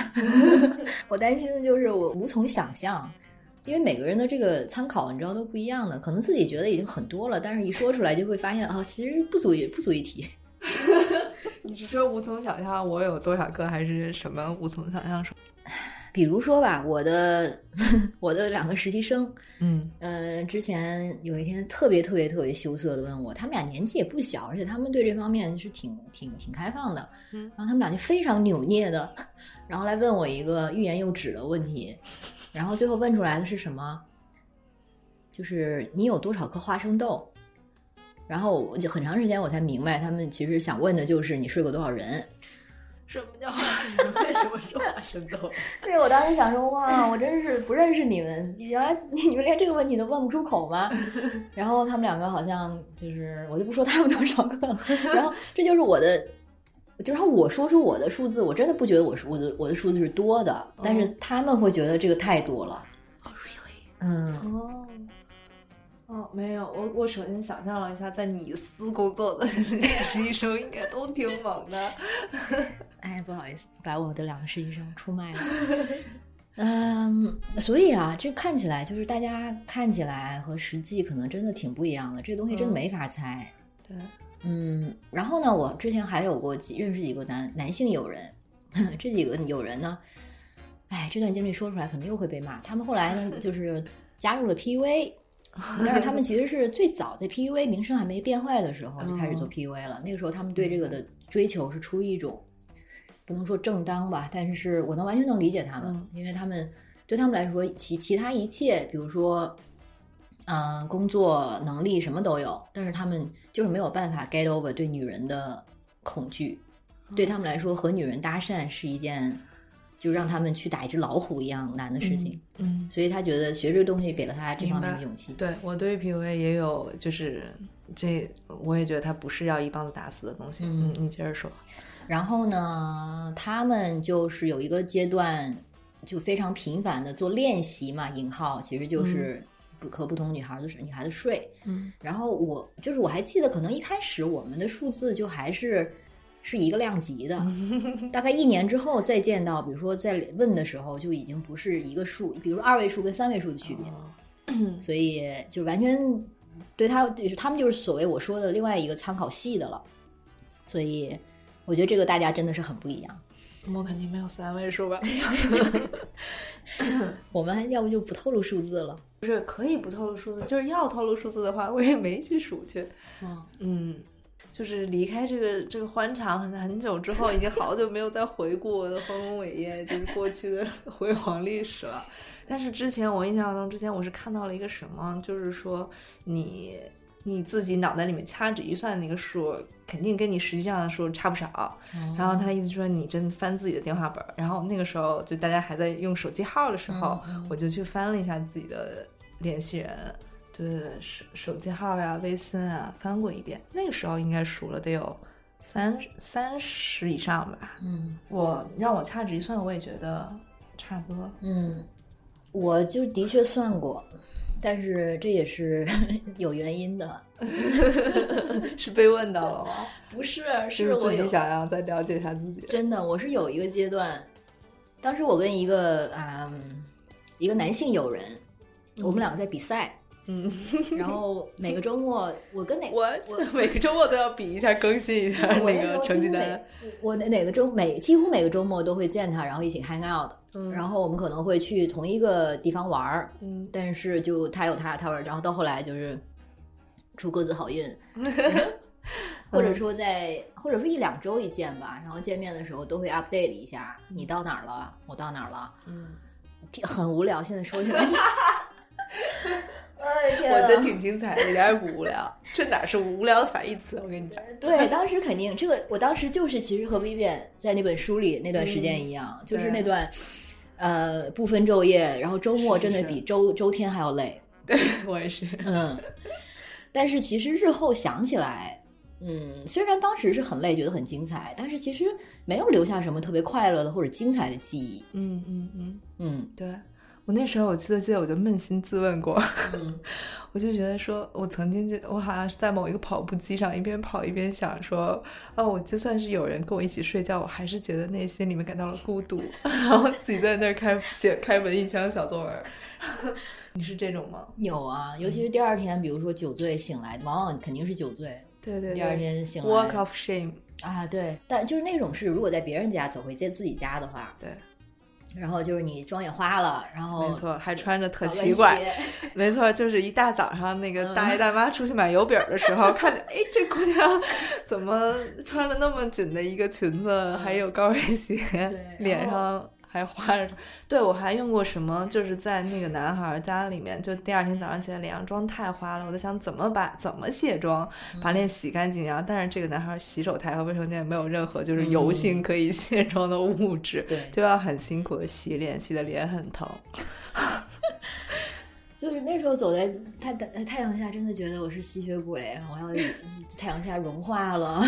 <laughs> 我担心的就是我无从想象，因为每个人的这个参考你知道都不一样的，可能自己觉得已经很多了，但是一说出来就会发现啊、其实不足以不足一提。你是说无从想象我有多少个，还是什么无从想象？比如说吧，我的 <laughs> 我的两个实习生，嗯呃，之前有一天特别特别特别羞涩的问我，他们俩年纪也不小，而且他们对这方面是挺挺挺开放的，嗯然后他们俩就非常扭捏的， <laughs> 然后来问我一个欲言又止的问题，然后最后问出来的是什么？就是你有多少颗花生豆？然后我就很长时间我才明白，他们其实想问的就是你睡过多少人。什么叫为什么是花生豆？对，我当时想说，哇，我真是不认识你们，原来 <laughs> 你们连这个问题都问不出口吗？ <laughs> 然后他们两个好像就是，我就不说他们多少个了。然后这就是我的就是他我说出我的数字，我真的不觉得我是我的我的数字是多的，但是他们会觉得这个太多了。嗯， <laughs> 哦，哦，没有，我我首先想象了一下，在你司工作的 <laughs> 实习生应该都挺猛的。哎，不好意思，把我的两个实习生出卖了。 <laughs> 嗯，所以啊，这看起来就是大家看起来和实际可能真的挺不一样的，这东西真的没法猜。对，嗯，然后呢，我之前还有过几认识几个男男性友人， <laughs> 这几个友人呢，哎，这段经历说出来可能又会被骂。他们后来呢，就是加入了 PUA，但是他们其实是最早在 PUA 名声还没变坏的时候就开始做 PUA 了。那个时候他们对这个的追求是出于一种不能说正当吧，但是我能完全能理解他们，嗯因为他们对他们来说，其其他一切，比如说嗯，工作能力什么都有，但是他们就是没有办法 get over 对女人的恐惧。嗯对他们来说，和女人搭讪是一件就让他们去打一只老虎一样难的事情。嗯，所以他觉得学这个东西给了他这方面的明白勇气。对我对 PUA 也有，就是这，我也觉得它不是要一棒子打死的东西。嗯嗯，你接着说。然后呢，他们就是有一个阶段就非常频繁的做练习嘛，引号其实就是不和不同女孩子女孩子睡。嗯然后我就是我还记得，可能一开始我们的数字就还是是一个量级的，大概一年之后再见到，比如说在问的时候就已经不是一个数，比如说二位数跟三位数的区别，哦所以就完全对他就是他们就是所谓我说的另外一个参考系的了，所以我觉得这个大家真的是很不一样。我肯定没有三位 <laughs> 数吧？我们要不就不透露数字了，不是，可以不透露数字，就是要透露数字的话，我也没去数去。嗯，嗯，就是离开这个这个欢场很很久之后，已经好久没有再回顾我的丰功伟业，就是过去的辉煌历史了。但是之前我印象中，之前我是看到了一个什么，就是说你你自己脑袋里面掐指一算那个数，肯定跟你实际上的数差不少。然后他意思说你真翻自己的电话本儿，然后那个时候就大家还在用手机号的时候，我就去翻了一下自己的联系人，对对对，手手机号呀、微信啊，翻过一遍。那个时候应该数了得有三三十以上吧。嗯我让我掐指一算，我也觉得差不多。 <laughs> 嗯，我就的确算过，但是这也是 <laughs> 有原因的。是被问到 <laughs> 了吗？不是，是我自己有想要再了解一下自己。真的，我是有一个阶段，当时我跟一个啊、嗯一个男性友人，我们两个在比赛，嗯，然后每个周末我跟哪 <laughs> 我每个周末都要比一下，更新 <laughs> 一下我那时个候成几绩乎单每。我哪哪个周每几乎每个周末都会见他，然后一起 hang out，、嗯然后我们可能会去同一个地方玩儿，嗯，但是就他有他，他有，然后到后来就是祝各自好 <laughs> 运，或者说在或者说一两周一见吧，然后见面的时候都会 update 一下，你到哪儿了，我到哪儿了，嗯，挺很无聊。现在说起 <laughs> 来，哎天我觉得挺精彩的，一点儿也不无聊。这哪是无聊的反义词？我跟你 <laughs> 讲，对，当时肯定这个，我当时就是其实和 Vivian 在那本书里那段时嗯间一样，就是那段呃不分昼夜，然后周末是真是的比周周天还要 <laughs> 累。对我也是。嗯，但是其实日后想起来，嗯，虽然当时是很累，觉得很精彩，但是其实没有留下什么特别快乐的或者精彩的记忆。嗯嗯嗯，嗯对。我那时候，我记得记得，我就扪心自问过，嗯我就觉得说，我曾经就我好像是在某一个跑步机上一边跑一边想说，哦，我就算是有人跟我一起睡觉，我还是觉得内心里面感到了孤独， <laughs> 然后自己在那儿开写开文艺腔小作文儿。 <laughs> 你是这种吗？有啊，尤嗯其是第二天，比如说酒醉醒来，往往肯定是酒醉。对对对。第二天醒来 walk of shame，啊，对，但就是那种是，如果在别人家走回见自己家的话，对，然后就是你妆也花了，然后没错，还穿着特搞个奇怪，鞋，没错，就是一大早上那个大爷大妈出去买油饼儿的时候，看见哎，这姑娘怎么穿了那么紧的一个裙子，还有高跟鞋，脸上还画着。对我还用过什么，就是在那个男孩家里面，就第二天早上起来脸上妆太花了，我在想怎么把怎么卸妆，把脸洗干净啊。但是这个男孩洗手台和卫生间没有任何就是油性可以 <laughs> 卸妆的物质，对就要很辛苦的洗脸，洗的脸很疼。就是那时候走在太太太阳下，真的觉得我 <laughs> 是吸血鬼，我要太阳下融化了。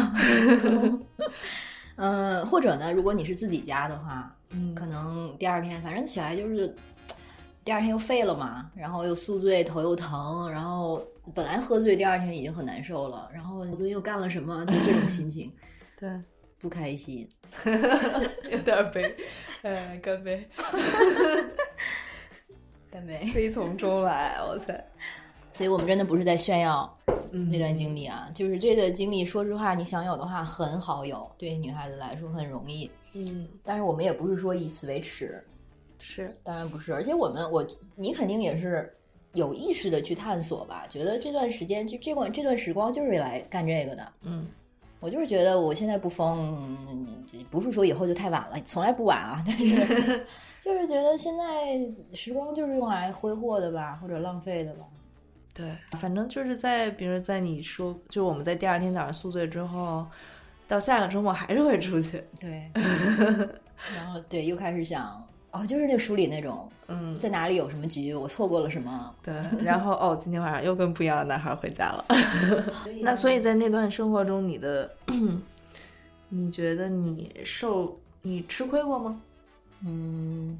嗯，或者呢，如果你是自己家的话，嗯可能第二天反正起来就是，第二天又废了嘛，然后又宿醉，头又疼，然后本来喝醉，第二天已经很难受了，然后你昨天又干了什么，就这种心情 <laughs> 对，不开心。有点悲，哎，干杯，干杯！悲从中来，我猜。所以我们真的不是在炫耀嗯那段经历啊，就是这个经历，说实话，你想有的话很好有，对于女孩子来说很容易。嗯，但是我们也不是说以此为耻，是，当然不是，而且我们我你肯定也是有意识的去探索吧，觉得这段时间就这段这段时光就是来干这个的。嗯，我就是觉得我现在不疯，嗯不是说以后就太晚了，从来不晚啊，但是 <laughs> 就是觉得现在时光就是用来挥霍的吧，或者浪费的吧。对，反正就是在，比如在你说，就我们在第二天早上宿醉之后，到下个周末还是会出去， <laughs> 对，然后对又开始想哦，就是那书里那种嗯，在哪里有什么局，我错过了什么。 <laughs> 对，然后哦，今天晚上又跟不一样的男孩回家了。那所以以在那段生活中，你的， <clears throat> 你觉得你受你吃亏过吗？嗯，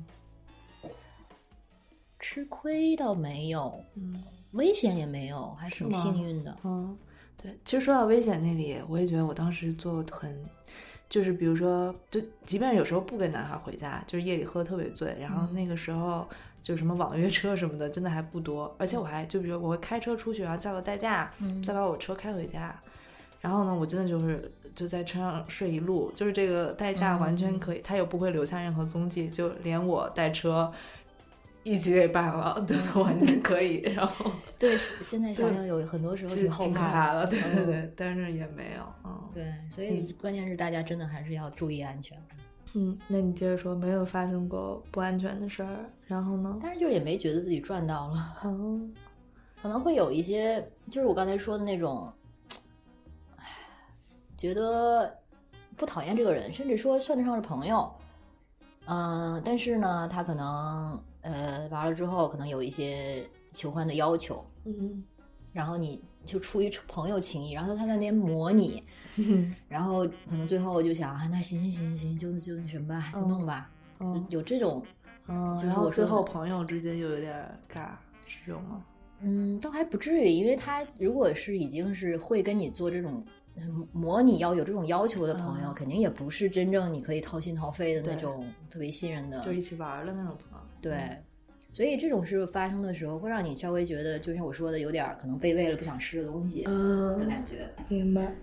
吃亏倒没有，嗯危险也没有，还挺是吗幸运的。嗯，对。其实说到危险那里，我也觉得我当时做得很，就是比如说，就即便有时候不跟男孩回家，就是夜里喝特别醉，然后嗯那个时候就什么网约车什么的，真的还不多。而且我还就比如我会开车出去，然后叫个代驾，嗯再把我车开回家。然后呢，我真的就是就在车上睡一路，就是这个代驾完嗯全可以，他又不会留下任何踪迹，就连我带车一起给办了， <laughs> 对，完全可以。然后对，现在想想有很多时候其实挺后挺可怕怕的。的，对对嗯对，但是也没有，嗯对，所以关键是大家真的还是要注意安全。嗯，那你接着说，没有发生过不安全的事儿，然后呢？但是就也没觉得自己赚到了，嗯可能会有一些，就是我刚才说的那种，唉觉得不讨厌这个人，甚至说算得上是朋友。嗯、但是呢，他可能呃玩了之后，可能有一些求欢的要求，嗯然后你就出于朋友情谊，然后他在那边磨你，然后可能最后就想啊，那行行行行，就就那什么吧，就弄吧， <laughs> 嗯有这种， <laughs> 嗯，就是然后我最说的后朋友之间又有点尬，是这种吗？嗯，倒还不至于，因为他如果是已经是会跟你做这种。嗯模拟要有这种要求的朋友，嗯肯定也不是真正你可以掏心掏肺的那对种特别信任的，就是一嗯起玩儿的那种朋友，对，所以这种事发生的时候，会让你稍微觉得，就像我说的，有点儿可能卑微了，不想吃的东西的嗯，感觉。明白。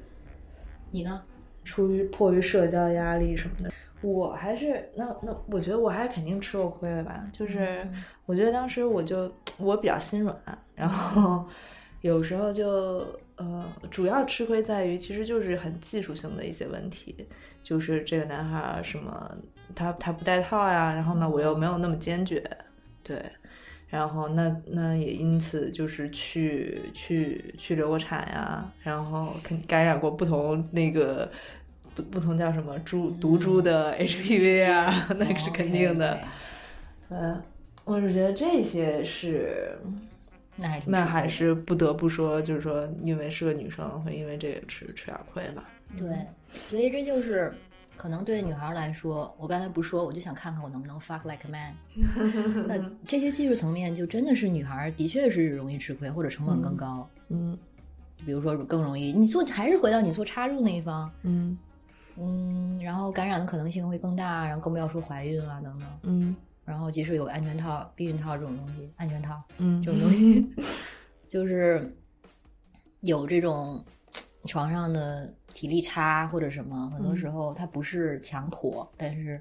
你呢？出于迫于社交压力什么的。我还是那那，我觉得我还是肯定吃过亏的吧。就是嗯我觉得当时我就我比较心软，然后 <laughs> 有时候就呃，主要吃亏在于其实就是很技术性的一些问题，就是这个男孩儿什么他他不戴套呀，然后呢我又没有那么坚决，对，然后那那也因此就是去去去流过产呀，然后肯感染过不同那个不不同叫什么猪毒株的 HPV 啊， <laughs> 那个是哦肯定的。 OK，OK 嗯，我是觉得这些是那还挺那吃亏还的是不得不说，就是说因为是个女生会因为这个吃吃点亏吧。对，所以这就是可能对女孩来说，我刚才不说，我就想看看我能不能 fuck like a man。那这些技术层面，就真的是女孩的确是容易吃亏，或者成本更高。嗯比如说更容易，你做还是回到你做插入那一方，嗯嗯，然后感染的可能性会更大，然后更不要说怀孕啊等等。嗯然后即使有个安全套、避孕套这种东西，安全套嗯，这种东 <laughs> 西，就是有这种床上的体力差或者什么，很多时嗯候它不是强迫，但是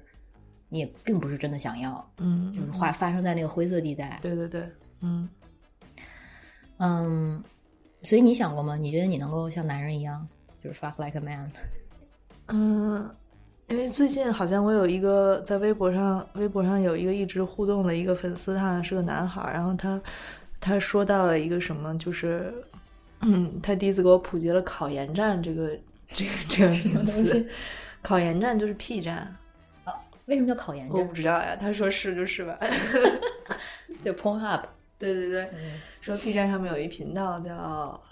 你也并不是真的想要，嗯就是发发生在那个灰色地带。对对对，嗯嗯，所以你想过吗？你觉得你能够像男人一样，就是 fuck like a man？嗯。因为最近好像我有一个在微博上，微博上有一个一直互动的一个粉丝，他好像是个男孩儿，然后他他说到了一个什么，就是 <clears throat> 嗯，他第一次给我普及了“考研站”这个这个这个名东西词。考研站就是 P 站，为什么叫考研我站不？知道呀，他说是就是吧。 <laughs> <laughs> 就 Pornhub。对对对，嗯说 B 站上面有一频道叫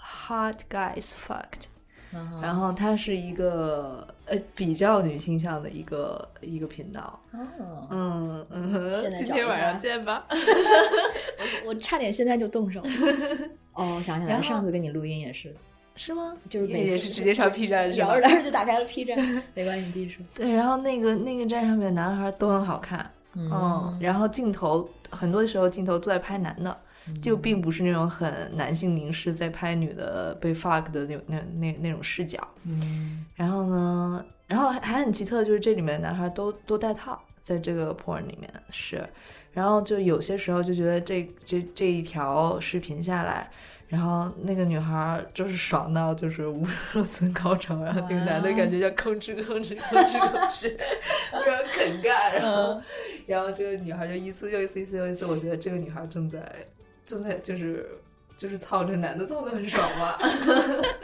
Hot Guys Fucked，嗯然后它是一个呃比较女性向的一个一个频道。哦，嗯嗯，现在今找天一晚下上见 <laughs> 吧。我差点现在就动 <laughs> 手。哦，我想起来然了，后上次跟你录音也是，是吗？就是也每也次是直接上 P <laughs> 站是聊吧着？聊着就打开了 <laughs> P 站，没关系，你继续说。对，然后那个那个站上面的男孩都很好看，嗯，然后镜头很多时候镜头都在拍男的，就并不是那种很男性凝视在拍女的被 fuck 的那种那那那种视角。嗯然后呢，然后还还很奇特，就是这里面的男孩都都戴套，在这个 porn 里面是，然后就有些时候就觉得这这这一条视频下来。然后那个女孩就是爽到就是无数次高潮，然后那个男的感觉叫吭哧吭哧吭哧吭哧， <laughs> 非常肯干，然后然后这个女孩就一次又一次一次又一次，我觉得这个女孩正在正在就是就是操这男的操的很爽嘛， <laughs>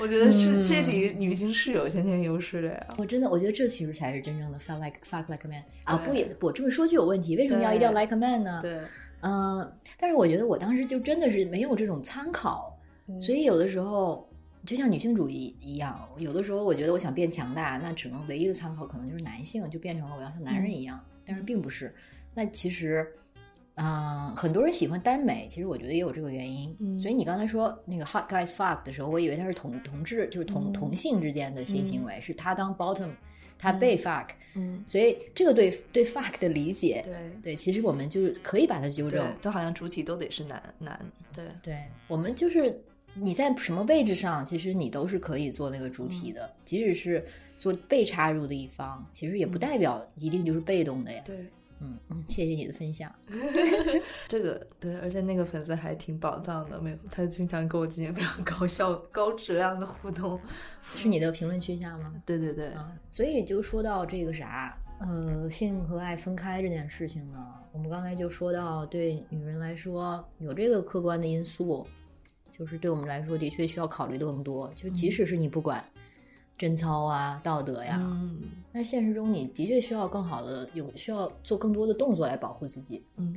我觉得是、这里女性是有先天优势的呀。我真的，我觉得这其实才是真正的 fuck like fuck like a man 啊！对不也不，这么说就有问题，为什么要对一定要 like a man 呢？对，嗯、但是我觉得我当时就真的是没有这种参考，所嗯以有的时候就像女性主义一样，有的时候我觉得我想变强大，那只能唯一的参考可能就是男性，就变成了我要像嗯男人一样，但是并不是。那其实，嗯、很多人喜欢耽美，其实我觉得也有这个原因。嗯所以你刚才说那个 hot guys fuck 的时候，我以为他是同同志，就是同、嗯同性之间的性行为，是他当 bottom，他被 fuck，、嗯，所以这个对对 fuck 的理解，对对，其实我们就是可以把它纠正对。，都好像主体都得是男男，对，对，我们就是你在什么位置上，其实你都是可以做那个主体的，即使是做被插入的一方，其实也不代表一定就是被动的呀。对。嗯嗯，谢谢你的分享。这个对，而且那个粉丝还挺宝藏的，没有他经常跟我进行非常高效、高质量的互动。嗯是你的评论区下吗？ <laughs> 对对对，啊，所以就说到这个啥，呃，性和爱分开这件事情呢，我们刚才就说到，对女人来说有这个客观的因素，就是对我们来说的确需要考虑的更多。就即使是你不管贞操啊、道德呀，嗯那现实中，你的确需要更好的有需要做更多的动作来保护自己。嗯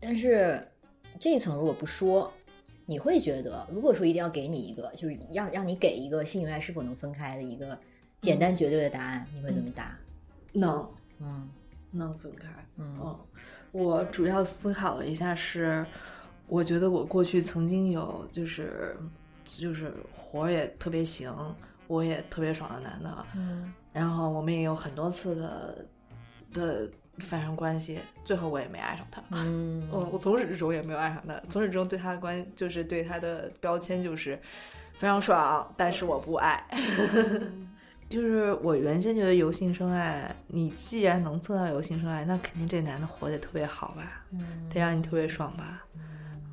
但是这一层如果不说，你会觉得，如果说一定要给你一个，就是让让你给一个性与爱是否能分开的一个简单绝对的答案，你会怎么答？能嗯能分开。嗯嗯，我主要思考了一下是，我觉得我过去曾经有就是就是活儿也特别行，我也特别爽的啊男的，嗯然后我们也有很多次的的发生关系，最后我也没爱上他。嗯嗯，我从始至终也没有爱上他，从始至终对他的关就是对他的标签就是非常爽，但是我不爱。 <laughs> 就是我原先觉得由性生爱，你既然能做到由性生爱，那肯定这男的活得特别好吧，嗯得让你特别爽吧，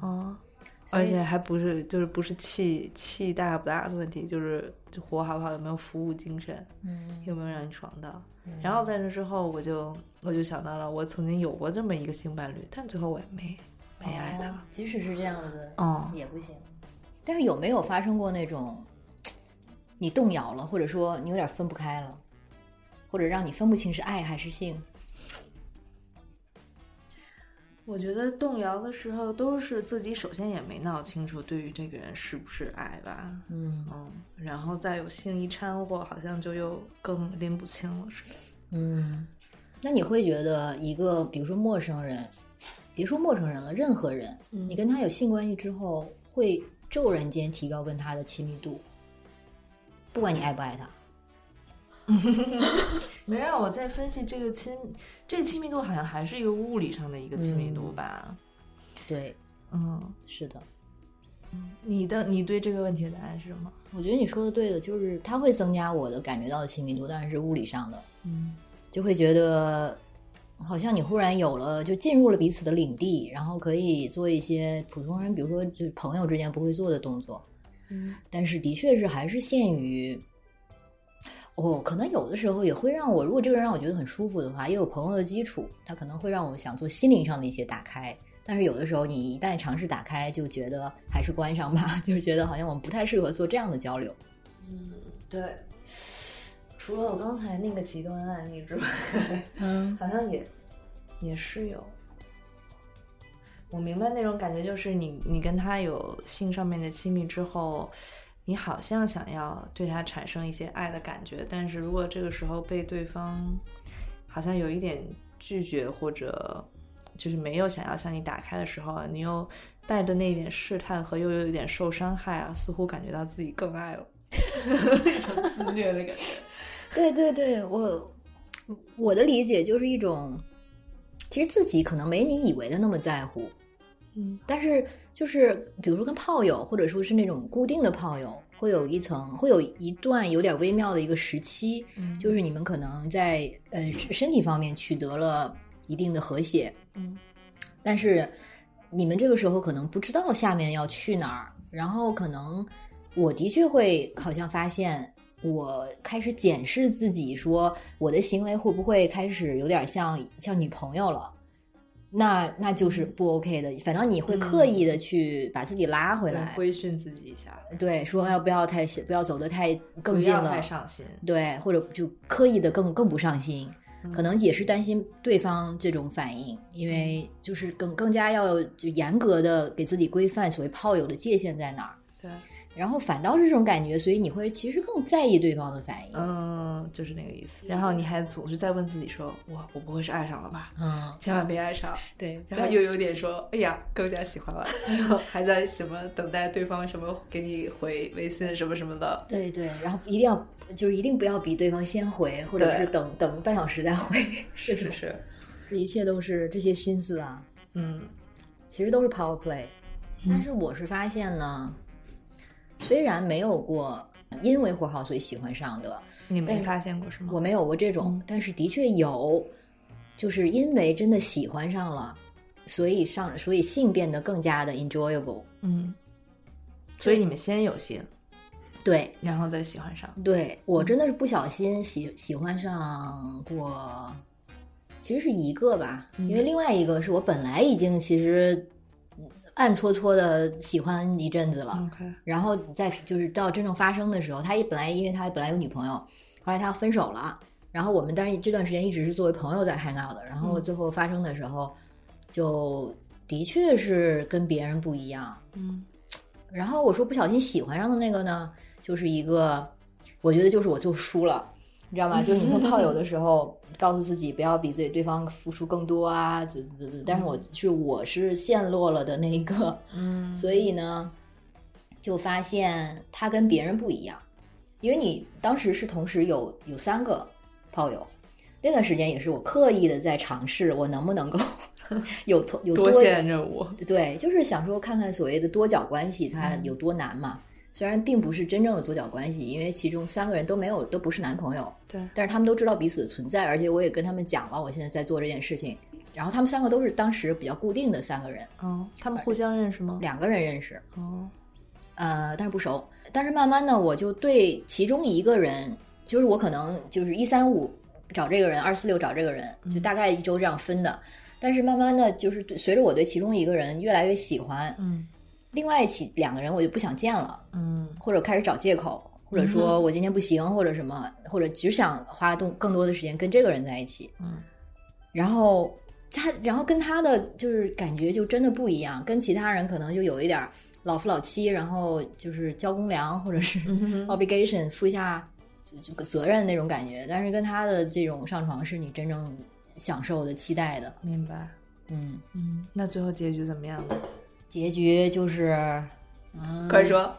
嗯，所以而且还不是就是不是气气大不大的问题，就是就活好不好，有没有服务精神， <laughs> 嗯有没有让你爽到。然后在这之后，我就我就想到了，我曾经有过这么一个性伴侣，但最后我也没没爱他。哦即使是这样子，哦，也不行。但是有没有发生过那种，你动摇了，或者说你有点分不开了，或者让你分不清是爱还是性？我觉得动摇的时候都是自己首先也没闹清楚对于这个人是不是爱吧，嗯嗯，然后再有性一掺和，好像就又更拎不清了似的。嗯，那你会觉得一个，比如说陌生人，别说陌生人了，任何人，嗯你跟他有性关系之后，会骤然间提高跟他的亲密度，不管你爱不爱他。没有，我在分析这个亲，这亲密度好像还是一个物理上的一个亲密度嗯吧。对，嗯，是的，你的你对这个问题的答案是什么？我觉得你说的对的，就是他会增加我的感觉到的亲密度，但是是物理上的。嗯就会觉得好像你忽然有了，就进入了彼此的领地，然后可以做一些普通人，比如说就是朋友之间不会做的动作。嗯但是的确是还是限于，哦，可能有的时候也会让我，如果这个人让我觉得很舒服的话，也有朋友的基础，他可能会让我想做心灵上的一些打开。但是有的时候你一旦尝试打开，就觉得还是关上吧， <laughs> 就是觉得好像我们不太适合做这样的交流。嗯，对。除了我刚才那个极端案例之外，嗯好像也也是有。我明白那种感觉，就是你你跟他有性上面的亲密之后，你好像想要对他产生一些爱的感觉，但是如果这个时候被对方好像有一点拒绝或者就是没有想要向你打开的时候，你又带着那一点试探和又有一点受伤害啊，似乎感觉到自己更爱了，自虐的感觉。对对对，我我的理解就是一种，其实自己可能没你以为的那么在乎，嗯，但是就是比如说跟炮友，或者说是那种固定的炮友，会有一层，会有一段有点微妙的一个时期，嗯就是你们可能在呃身体方面取得了一定的和谐，嗯，但是你们这个时候可能不知道下面要去哪儿，然后可能我的确会好像发现。我开始检视自己，说我的行为会不会开始有点像像女朋友了？那那就是不 OK 的。反正你会嗯刻意的去把自己拉回来，规训自己一下，对，说要不要太不要走得太更不近要了太，上心。对，或者就刻意的更更不上心，嗯可能也是担心对方这种反应，因嗯为就是更更加要就严格的给自己规范所谓炮友的界限在哪儿，对，然后反倒是这种感觉，所以你会其实更在意对方的反应，嗯，就是那个意思。然后你还总是在问自己说：“哇，我不会是爱上了吧？”嗯，千万别爱上。对，然后又有点说，哎呀，更加喜欢了，然后还在什么等待对方什么给你回微信什么什么的，对对，然后一定要就是一定不要比对方先回，或者对是等等半小时再回，是是是，一切都是这些心思啊，嗯其实都是 power play。但是我是发现呢，虽然没有过因为火好所以喜欢上的，你没但是发现过是吗？我没有过这种，但是的确有，就是因为真的喜欢上了，所以上所以性变得更加的 enjoyable。嗯，所以你们先有心，对，然后再喜欢上，对我真的是不小心喜喜欢上过，其实是一个吧，因为另外一个是我本来已经其实嗯暗搓搓的喜欢一阵子了， OK，然后再就是到真正发生的时候，他也本来因为他本来有女朋友，后来他分手了，然后我们但是这段时间一直是作为朋友在 hang out 的，然后嗯最后发生的时候，就的确是跟别人不一样。嗯然后我说不小心喜欢上的那个呢，就是一个，我觉得就是我就输了。你知道吗？就是你做炮友的时候，告诉自己不要比对对方付出更多啊，就就就，但是我是我是陷落了的那一个，嗯，所以呢，就发现他跟别人不一样，因为你当时是同时有有三个炮友，那段时间也是我刻意的在尝试，我能不能 <laughs> 够有同有多多线任务，对，就是想说看看所谓的多角关系它嗯有多难嘛。虽然并不是真正的多角关系，因为其中三个人都没有都不是男朋友，对，但是他们都知道彼此的存在，而且我也跟他们讲了我现在在做这件事情。然后他们三个都是当时比较固定的三个人，哦，他们互相认识吗？两个人认识，哦，呃，但是不熟。但是慢慢的，我就对其中一个人，就是我可能就是一三五找这个人，二四六找这个人，就大概一周这样分的。但是慢慢的，就是对随着我对其中一个人越来越喜欢，嗯另外起两个人我就不想见了，嗯或者开始找借口，或者说我今天不行，或者什么，或者只想花更更多的时间跟这个人在一起。嗯然后他，然后跟他的就是感觉就真的不一样，跟其他人可能就有一点儿老夫老妻，然后就是交公粮或者是嗯哼 obligation 负一下就这个责任那种感觉。但是跟他的这种上床是你真正享受的、期待的。明白，嗯，嗯，那最后结局怎么样呢？结局就是，嗯，快说，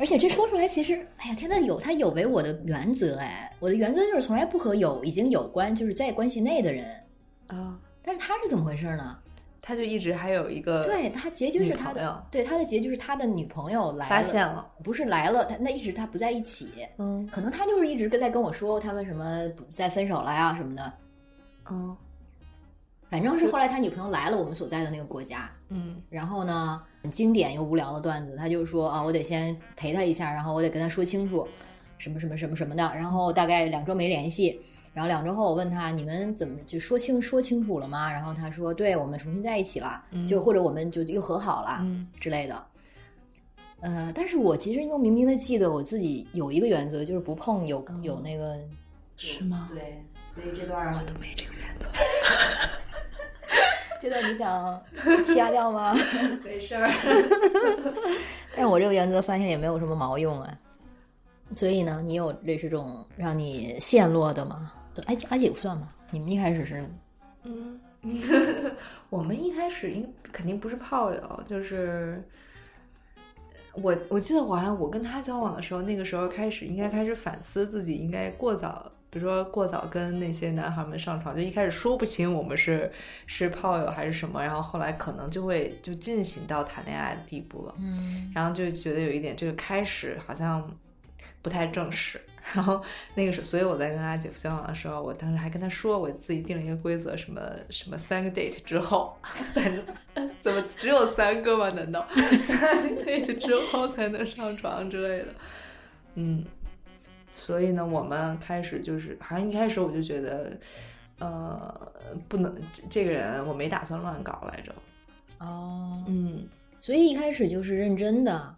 而且这说出来，其实，哎呀，天呐，有他有违我的原则哎，我的原则就是从来不和有已经有关，就是在关系内的人。啊，但是他是怎么回事呢？他就一直还有一个对他结局是他呃女朋友的，对他的结局是他的女朋友来了发现了，不是来了，他那一直他不在一起，嗯可能他就是一直跟在跟我说他们什么不再分手了呀什么的，哦反正是后来他女朋友来了我们所在的那个国家，嗯然后呢，很经典又无聊的段子，他就说啊，我得先陪他一下，然后我得跟他说清楚，什么什么什么什么的，然后大概两周没联系，然后两周后我问他你们怎么就说清说清楚了吗？然后他说对，我们重新在一起了，就或者我们就又和好了、嗯之类的。呃，但是我其实又明明的记得我自己有一个原则，就是不碰有有那个是吗？对，所以这段我都没这个原则。这段你 <laughs> 想掐掉吗？没事儿。但是我这个原则发现也没有什么毛用哎。所以呢，你有类似这种让你陷落的吗？对，哎，阿姐不算吗？你们一开始是嗯，我们一开始应肯定不是炮友，就是我我记得我好像我跟他交往的时候，那个时候开始应该开始反思自己，应该过早，比如说过早跟那些男孩们上床，就一开始说不清我们是是炮友还是什么，然后后来可能就会就进行到谈恋爱的地步了。嗯，然后就觉得有一点这个开始好像不太正式。 <laughs> 然后那个时候，所以我在跟他姐夫交往的时候，我当时还跟他说，我自己定了一个规则，什么什么三个 date 之后才能，怎么只有三个吗？难道三个 date 之后才能上床之类的？嗯，所以呢，我们开始就是，好像一开始我就觉得，呃，不能这这个人我没打算乱搞来着。哦，嗯，所以一开始就是认真的，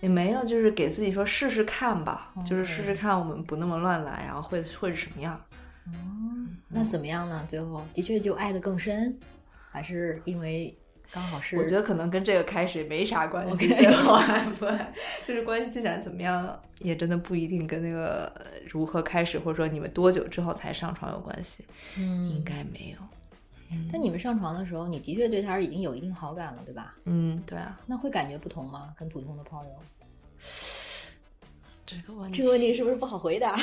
也没有，就是给自己说试试看吧 OK 就是试试看我们不那么乱来，然后会会是什么样？哦那怎么样呢？最后的确就爱得更深，还是因为刚好是？我觉得可能跟这个开始也没啥关系 OK 最后爱不爱，就是关系进展怎么样，也真的不一定跟那个呃如何开始，或者说你们多久之后才上床有关系，应嗯，该没有。但你们上床的时候，你的确对他已经有一定好感了，对吧？嗯，对啊，那会感觉不同吗？跟普通的炮友？这个问这个问题是不是不好回答？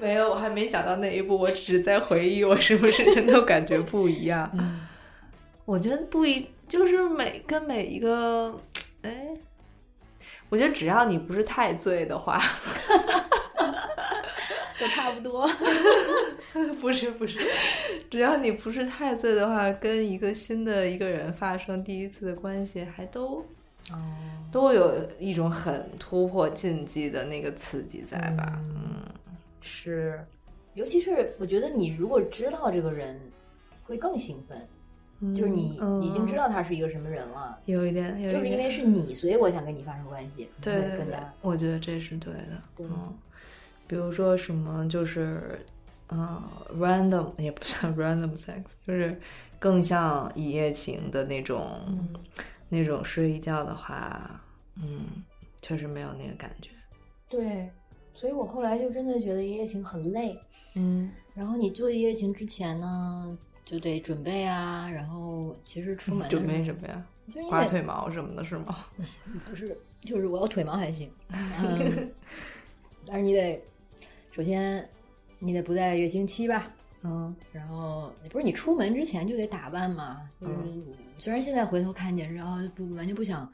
没有，我还没想到那一步，我只是在回忆我是不是真的感觉不一样。嗯，我觉得不一，就是每跟每一个，哎，我觉得只要你不是太醉的话， <laughs> 都差不多。不是不是，只要你不是太醉的话，跟一个新的一个人发生第一次的关系，还都 <laughs> 哦，都有一种很突破禁忌的那个刺激在吧？嗯嗯，是，尤其是我觉得你如果知道这个人，会更兴奋。嗯就是你已经知道道，他是一个什么人了，有一点，有一嗯就是因为点是你，所以我想跟你发生关系，对会对跟对他，我觉得这是对的。对嗯，比如说什么就是，呃，random 也不算 <laughs> random sex，就是更像一夜情的那种，嗯嗯那种睡一觉的话，嗯，确实没有那个感觉。对，所以我后来就真的觉得一夜情很累。嗯，然后你做一夜情之前呢，就得准备啊，然后其实出门的准备时什么呀？候就是你刮得腿毛什么的，是吗？ <laughs> 不是，就是我要腿毛还行，嗯但是你得首先你得不在月经期吧，嗯，然后不是你出门之前就得打扮嘛，就是、嗯虽然现在回头看简直啊不完全不想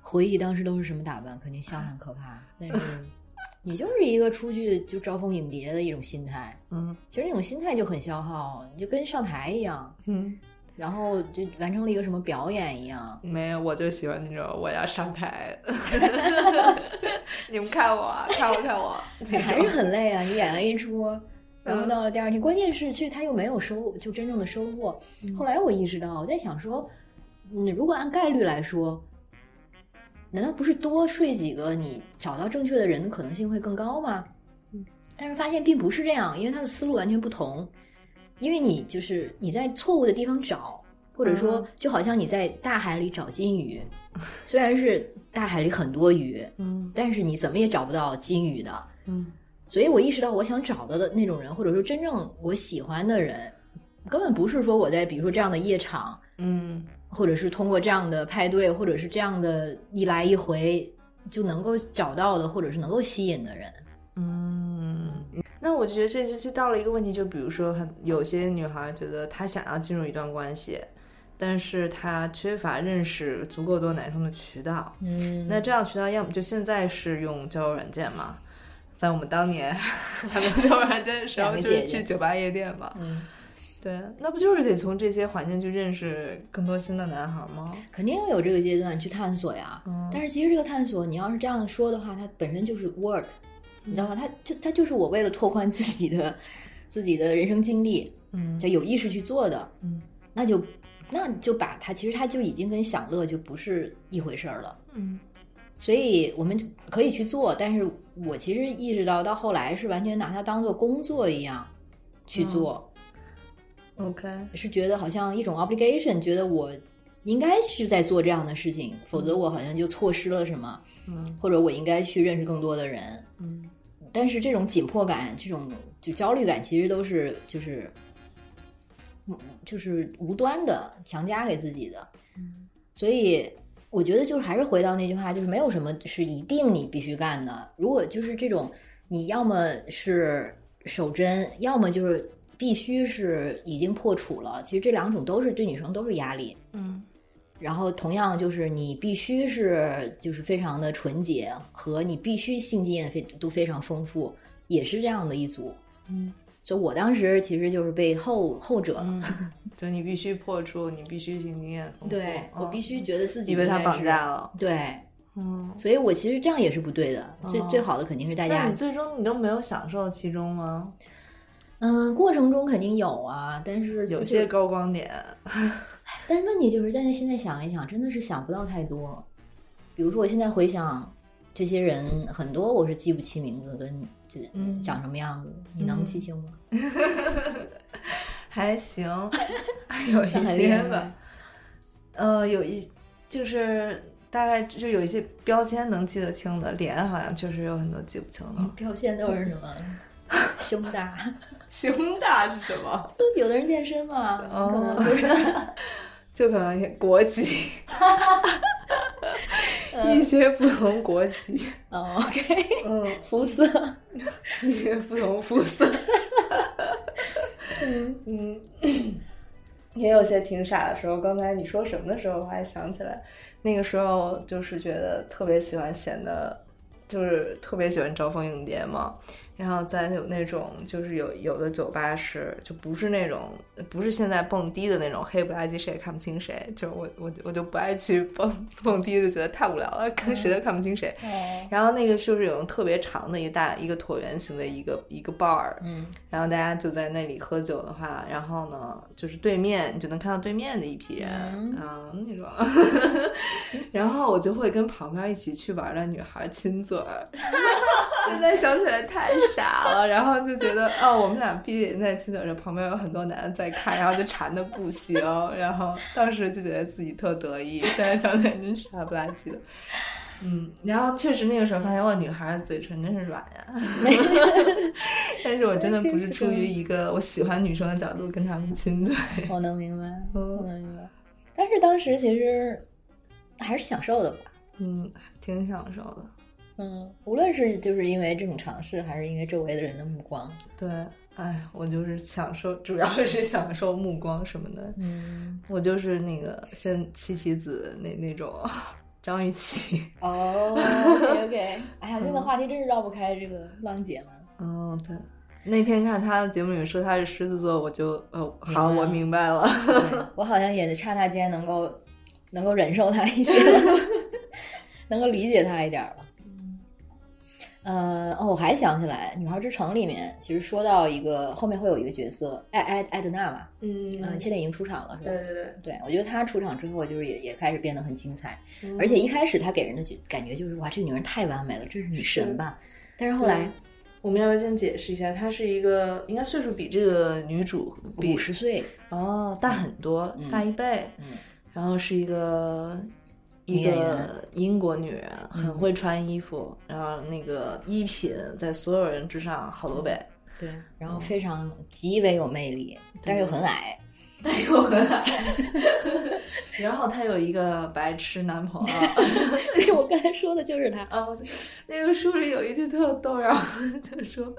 回忆当时都是什么打扮，肯定相当可怕，但是 <laughs> 你就是一个出去就招蜂引蝶的一种心态，嗯其实那种心态就很消耗，你就跟上台一样，嗯，然后就完成了一个什么表演一样，没有，我就喜欢那种我要上台， <laughs> 你们看我啊，看我看我， <laughs> 但还是很累啊！你演完一出，然后到了第二天，关键是去他又没有收，就真正的收获。后来我意识到，我在想说，嗯，如果按概率来说，难道不是多睡几个，你找到正确的人的可能性会更高吗？但是发现并不是这样，因为他的思路完全不同，因为你就是你在错误的地方找，或者说嗯就好像你在大海里找金鱼，虽然是大海里很多鱼，嗯但是你怎么也找不到金鱼的。嗯。所以我意识到，我想找到的那种人，或者说真正我喜欢的人，根本不是说我在比如说这样的夜场，嗯或者是通过这样的派对，或者是这样的一来一回就能够找到的，或者是能够吸引的人。嗯，那我觉得这就这到了一个问题，就比如说很有些女孩觉得她想要进入一段关系，但是她缺乏认识足够多男生的渠道。嗯那这样渠道，要么就现在是用交友软件嘛，在我们当年还没有交友软件的时候，两个就姐是姐去酒吧夜店嘛。嗯，对，那不就是得从这些环境去认识更多新的男孩吗？肯定要有这个阶段去探索呀。嗯但是其实这个探索，你要是这样说的话，它本身就是 work，你知道吗？它就它就是我为了拓宽自己的自己的人生经历，嗯就有意识去做的。嗯那就那就把它，其实它就已经跟享乐就不是一回事儿了。嗯所以我们就可以去做，但是我其实意识到到后来是完全拿它当做工作一样去做。 OK，是觉得好像一种 obligation，觉得我应该是在做这样的事情，否则我好像就错失了什么，嗯或者我应该去认识更多的人。嗯但是这种紧迫感、这种就焦虑感，其实都是就是，嗯就是无端的强加给自己的。所以我觉得就是还是回到那句话，就是没有什么是一定你必须干的。如果就是这种，你要么是守贞，要么就是必须是已经破处了。其实这两种都是对女生都是压力。嗯然后同样就是你必须是就是非常的纯洁，和你必须性经验非都非常丰富，也是这样的一组。嗯所以我当时其实就是被后后者，嗯， <laughs> 就你必须破处，你必须性经验丰富，对我嗯必须觉得自己你被他应该绑是架了，对，嗯。所以我其实这样也是不对的。最哦最好的肯定是大那家你，最终你都没有享受其中吗？嗯，过程中肯定有啊，但是就有是些，高光点，但问题就是，现在现在想一想，真的是想不到太多。比如说，我现在回想这些人，很多我是记不清名字跟就嗯长什么样子，你能记清吗？还 <laughs> 行，有一很厉些害吧。 <laughs> 呃，有一就是大概就有一些标签能记得清的，脸好像确实有很多记不清的。标签都是什 <laughs> 么？胸大，胸大是什么？就有的人健身嘛，可能哦就是就可能国 <laughs> 籍，一些不同国籍，哦，OK，嗯，肤色，一些不同肤色， <laughs> 哦嗯，也有些挺傻的时候。刚才你说什么的时候，我还想起来，那个时候就是觉得特别喜欢显得，就是特别喜欢招蜂引蝶嘛。然后再有那种，就是有有的酒吧是就不是那种，不是现在蹦迪的那种黑不拉几，谁也看不清谁。就是我我我就不爱去蹦蹦迪，就觉得太无聊了，看谁都看不清谁。然后那个就是有特别长的一大一个椭圆形的一个一个 bar，嗯然后大家就在那里喝酒的话，然后呢，就是对面你就能看到对面的一批人，嗯嗯，那种， <laughs> 然后我就会跟旁边一起去玩的女孩亲嘴儿， <laughs> 现在想起来太傻了，然后就觉得哦，我们俩闭着眼在亲嘴儿，旁边有很多男的在看，然后就馋的不行，然后当时就觉得自己特得意，现在想起来真傻不拉几的。嗯，然后确实那个时候发现，哇，女孩嘴唇真是软呀。但是我真的 <laughs> 不是出嗯于一个我喜欢女生的角度跟她们亲嘴。我能明白，嗯我能明白。但是当时其实还是享受的吧，嗯，挺享受的。嗯，无论是就是因为这种尝试，还是因为周围的人的目光，对，哎，我就是享受，主要是享受目光什么的。嗯，我就是那个先七棋子那那种张雨绮。哦，OK OK，哎呀，现在话题真是绕不开这个浪姐嘛，嗯，对。那天看她的节目里说她是狮子座，我就哦，好，明白我明白了。我好像也刹那间能够能够忍受她一 <laughs> 些，能够理解她一点儿了。嗯呃，哦，我还想起来，《女孩之城》里面其实说到一个后面会有一个角色，艾艾艾德娜嘛，嗯嗯，现在已经出场了，是吧？对对对，我觉得她出场之后，就是也也开始变得很精彩，对，而且一开始她给人的感觉就是哇，这女人太完美了，这是女神吧？但是后来我们要不要先解释一下，她是一个应该岁数比这个女主比五十岁，哦大很多，嗯大一倍，嗯，然后是一个女一演个员嗯英国女人，很会穿衣服，然后那个衣品在所有人之上好多倍，对，然后非常极为有魅力，但是又很矮，但又很矮。然后她有一个白痴男朋友， <laughs> 对我刚才说的就是她，哦，那个书里有一句特逗，然后就说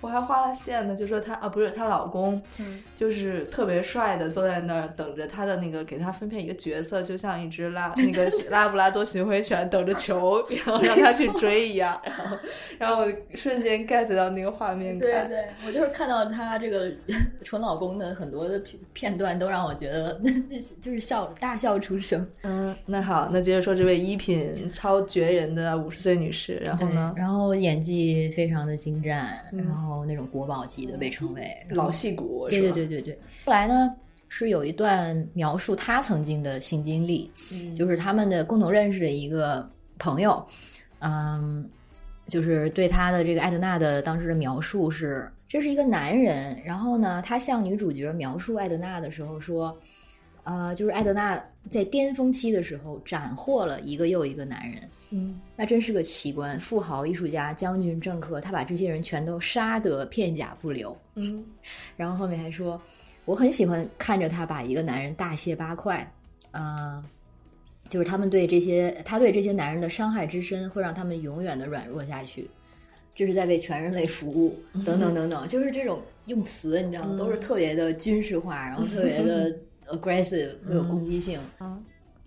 我还花了线呢，就说她啊不是她老公，嗯就是特别帅的坐在那儿等着她的那个给她分配一个角色，就像一只拉 <laughs> 那个拉布拉多巡回犬等着球，然后让她去追一样，然后然后我瞬间 get 到那个画嗯面感，对，我就是看到她这个 <laughs> 纯老公的很多的片片段，都让我觉得就是笑大笑出声。嗯，那好，那接着说这位衣品超绝人的五十岁女士，然后对呢，嗯然后演技非常的精湛，嗯然后那种国宝级的被称为然后老戏骨是对吧？对对对对。后来呢，是有一段描述他曾经的性经历，嗯就是他们的共同认识的一个朋友，嗯，就是对他的这个艾德娜的当时的描述是，这是一个男人，然后呢，他向女主角描述艾德娜的时候说，呃，就是艾德娜在巅峰期的时候斩获了一个又一个男人，嗯，那真是个奇观，富豪、艺术家、将军、政客，他把这些人全都杀得片甲不留。嗯，然后后面还说，我很喜欢看着他把一个男人大卸八块，呃，就是他们对这些他对这些男人的伤害之深，会让他们永远的软弱下去。这是在为全人类服务，嗯等等等等，就是这种用词，你知道吗？都是特别的军事化，然后特别 <laughs> 的 aggressive，会有攻击性。嗯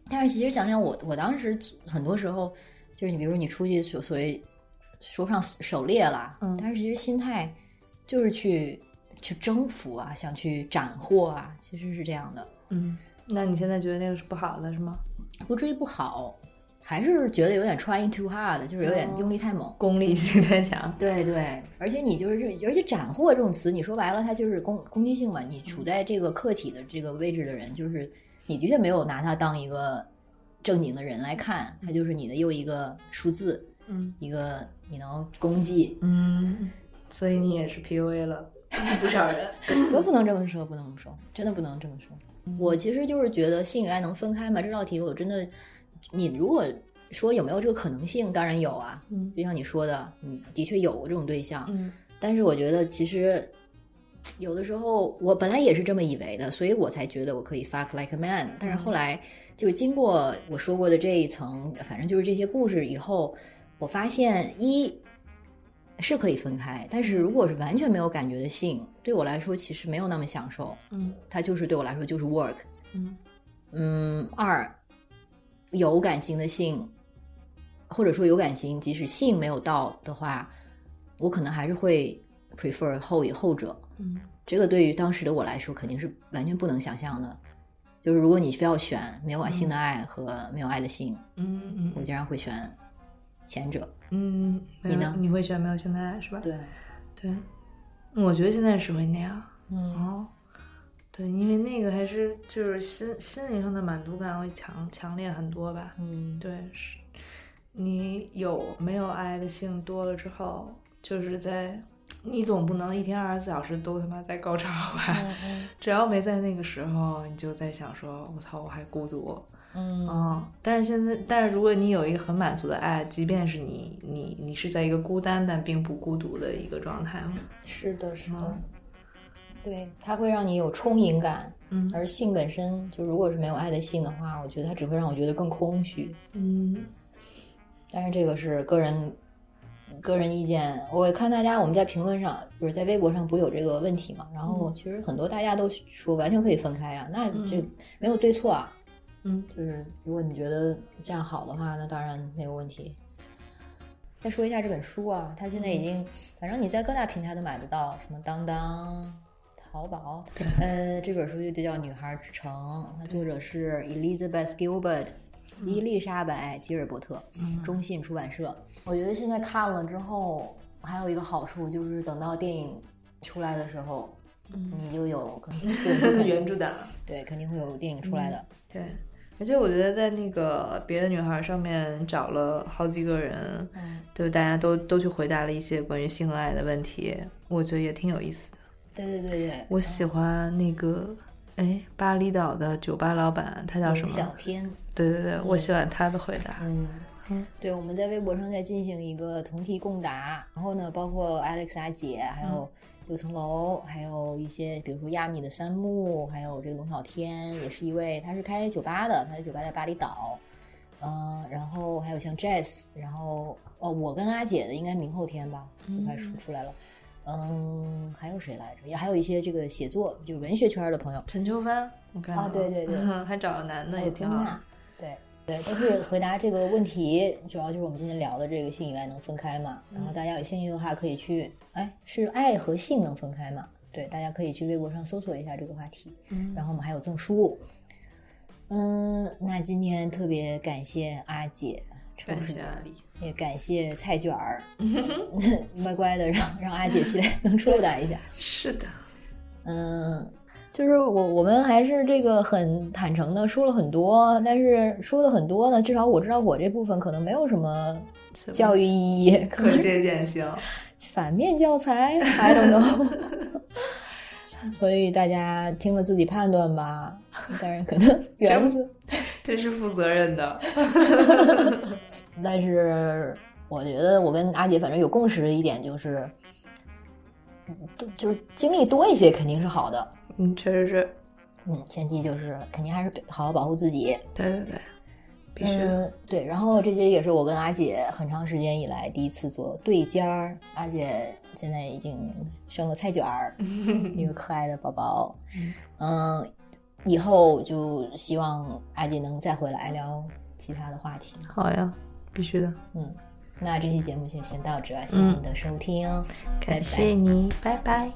但是其实想想我，我当时很多时候就是你，比如说你出去所所谓说不上狩猎了，嗯但是其实心态就是去去征服啊，想去斩获啊，其实是这样的，嗯，那你现在觉得那个是不好的是吗？不至于不好，还是觉得有点 trying too hard，就是有点哦用力太猛。功利 <laughs> 性太强，对对，而且你就是这，而且“斩获”这种词，你说白了，它就是攻攻击性嘛。你处在这个客体的这个位置的人，就是你的确没有拿他当一个正经的人来看，他就是你的又一个数字，嗯一个你能攻击。嗯，所以你也是 PUA 了不少人，我不能这么说，不能这么说，真的不能这么说。我其实就是觉得性与爱能分开吗？这道题我真的，你如果说有没有这个可能性，当然有啊。嗯就像你说的，嗯，的确有过这种对象。嗯但是我觉得其实有的时候我本来也是这么以为的，所以我才觉得我可以 fuck like a man。但是嗯后来就经过我说过的这一层，反正就是这些故事以后，我发现一是可以分开，但是如果是完全没有感觉的性，对我来说其实没有那么享受，嗯它就是对我来说就是 work。嗯嗯，二有感情的性，或者说有感情，即使性没有到的话，我可能还是会 prefer 后以后者。嗯这个对于当时的我来说，肯定是完全不能想象的。就是如果你非要选没有爱性的爱和没有爱的性，嗯我竟然会选前者。嗯，没有你呢你会选没有现在是吧？对，对，我觉得现在是会那样。嗯哦，对，因为那个还是就是心心灵上的满足感会强强烈很多吧。嗯，对，是你有没有爱的性多了之后，就是在你总不能一天二十四小时都他妈在高潮吧？ <laughs> 嗯 <laughs> 只要没在那个时候，你就在想说，我操，我还孤独。嗯嗯，但是现在，但是如果你有一个很满足的爱，即便是你你你是在一个孤单但并不孤独的一个状态嘛，是的，是的，对，它会让你有充盈感，嗯而性本身就如果是没有爱的性的话，我觉得它只会让我觉得更空虚。嗯但是这个是个人个人意见。我看大家我们在评论上，不是在微博上不有这个问题嘛？然后其实很多大家都说完全可以分开啊，那这没有对错啊。嗯，就是如果你觉得这样好的话，那当然没有问题。再说一下这本书啊，它现在已经，反正你在各大平台都买得到，什么当当、淘宝。呃，这本书就叫《女孩之城》，它作者是 Elizabeth Gilbert，伊嗯丽莎白·吉尔伯特，中信出版社。我觉得现在看了之后，还有一个好处就是，等到电影出来的时候，你就有 <laughs> 可能对就肯嗯原著党。对肯定会有电影出来的。对，而且我觉得在那个别的女孩上面找了好几个人，嗯就大家都都去回答了一些关于性和爱的问题，我觉得也挺有意思的。对对对对，我喜欢那个，哎，巴厘岛的酒吧老板，他叫什龙小么？天，对对对，我喜欢他的回答。嗯。对，我们在微博上在进行一个同题共答，然后呢，包括 Alex 阿姐，还有六层楼，还有一些比如说亚米的三木，还有这个龙小天，也是一位，他是开酒吧的，他的酒吧在巴厘岛，呃，然后还有像 Jazz，然后哦，我跟阿姐的应该明后天吧，就快出出来了，嗯，还有谁来着？也还有一些这个写作就文学圈的朋友，陈秋帆，我看到啊对对对 <laughs> 还找了男的还也有挺钟好娜的。，对啊对，但是回答这个问题，主要就是我们今天聊的这个性与爱能分开吗？然嗯后大家有兴趣的话，可以去，哎，是爱和性能分开吗？对，大家可以去微博上搜索一下这个话题。嗯然后我们还有赠书。嗯，那今天特别感谢阿姐抽感时谢啊间，阿里，也感谢菜卷 <laughs> 儿， <laughs> <laughs> 乖乖的让让阿姐起来能抽打一下。是的，嗯，就是我我们还是这个很坦诚的说了很多，但是说的很多呢，至少我知道我这部分可能没有什么教育意义， <laughs> 可可能借鉴性。反面教材，I don't know。所以大家听了自己判断吧，当然可 <laughs> 能园子，这是负责任的。但是我觉得我跟阿姐反正有共识的一点就是，都就是经历多一些肯定是好的，嗯，确实是，嗯，前提就是肯定还是好好保护自己，对对对，必须的。嗯，对，然后这些也是我跟阿姐很长时间以来第一次做对尖儿。阿姐现在已经生了菜卷 <laughs> 儿，一个可爱的宝宝。嗯，以后就希望阿姐能再回来聊其他的话题。好呀，必须的。嗯，那啊嗯这期节目就先到这儿，谢谢你的收听，拜拜感谢你，拜拜。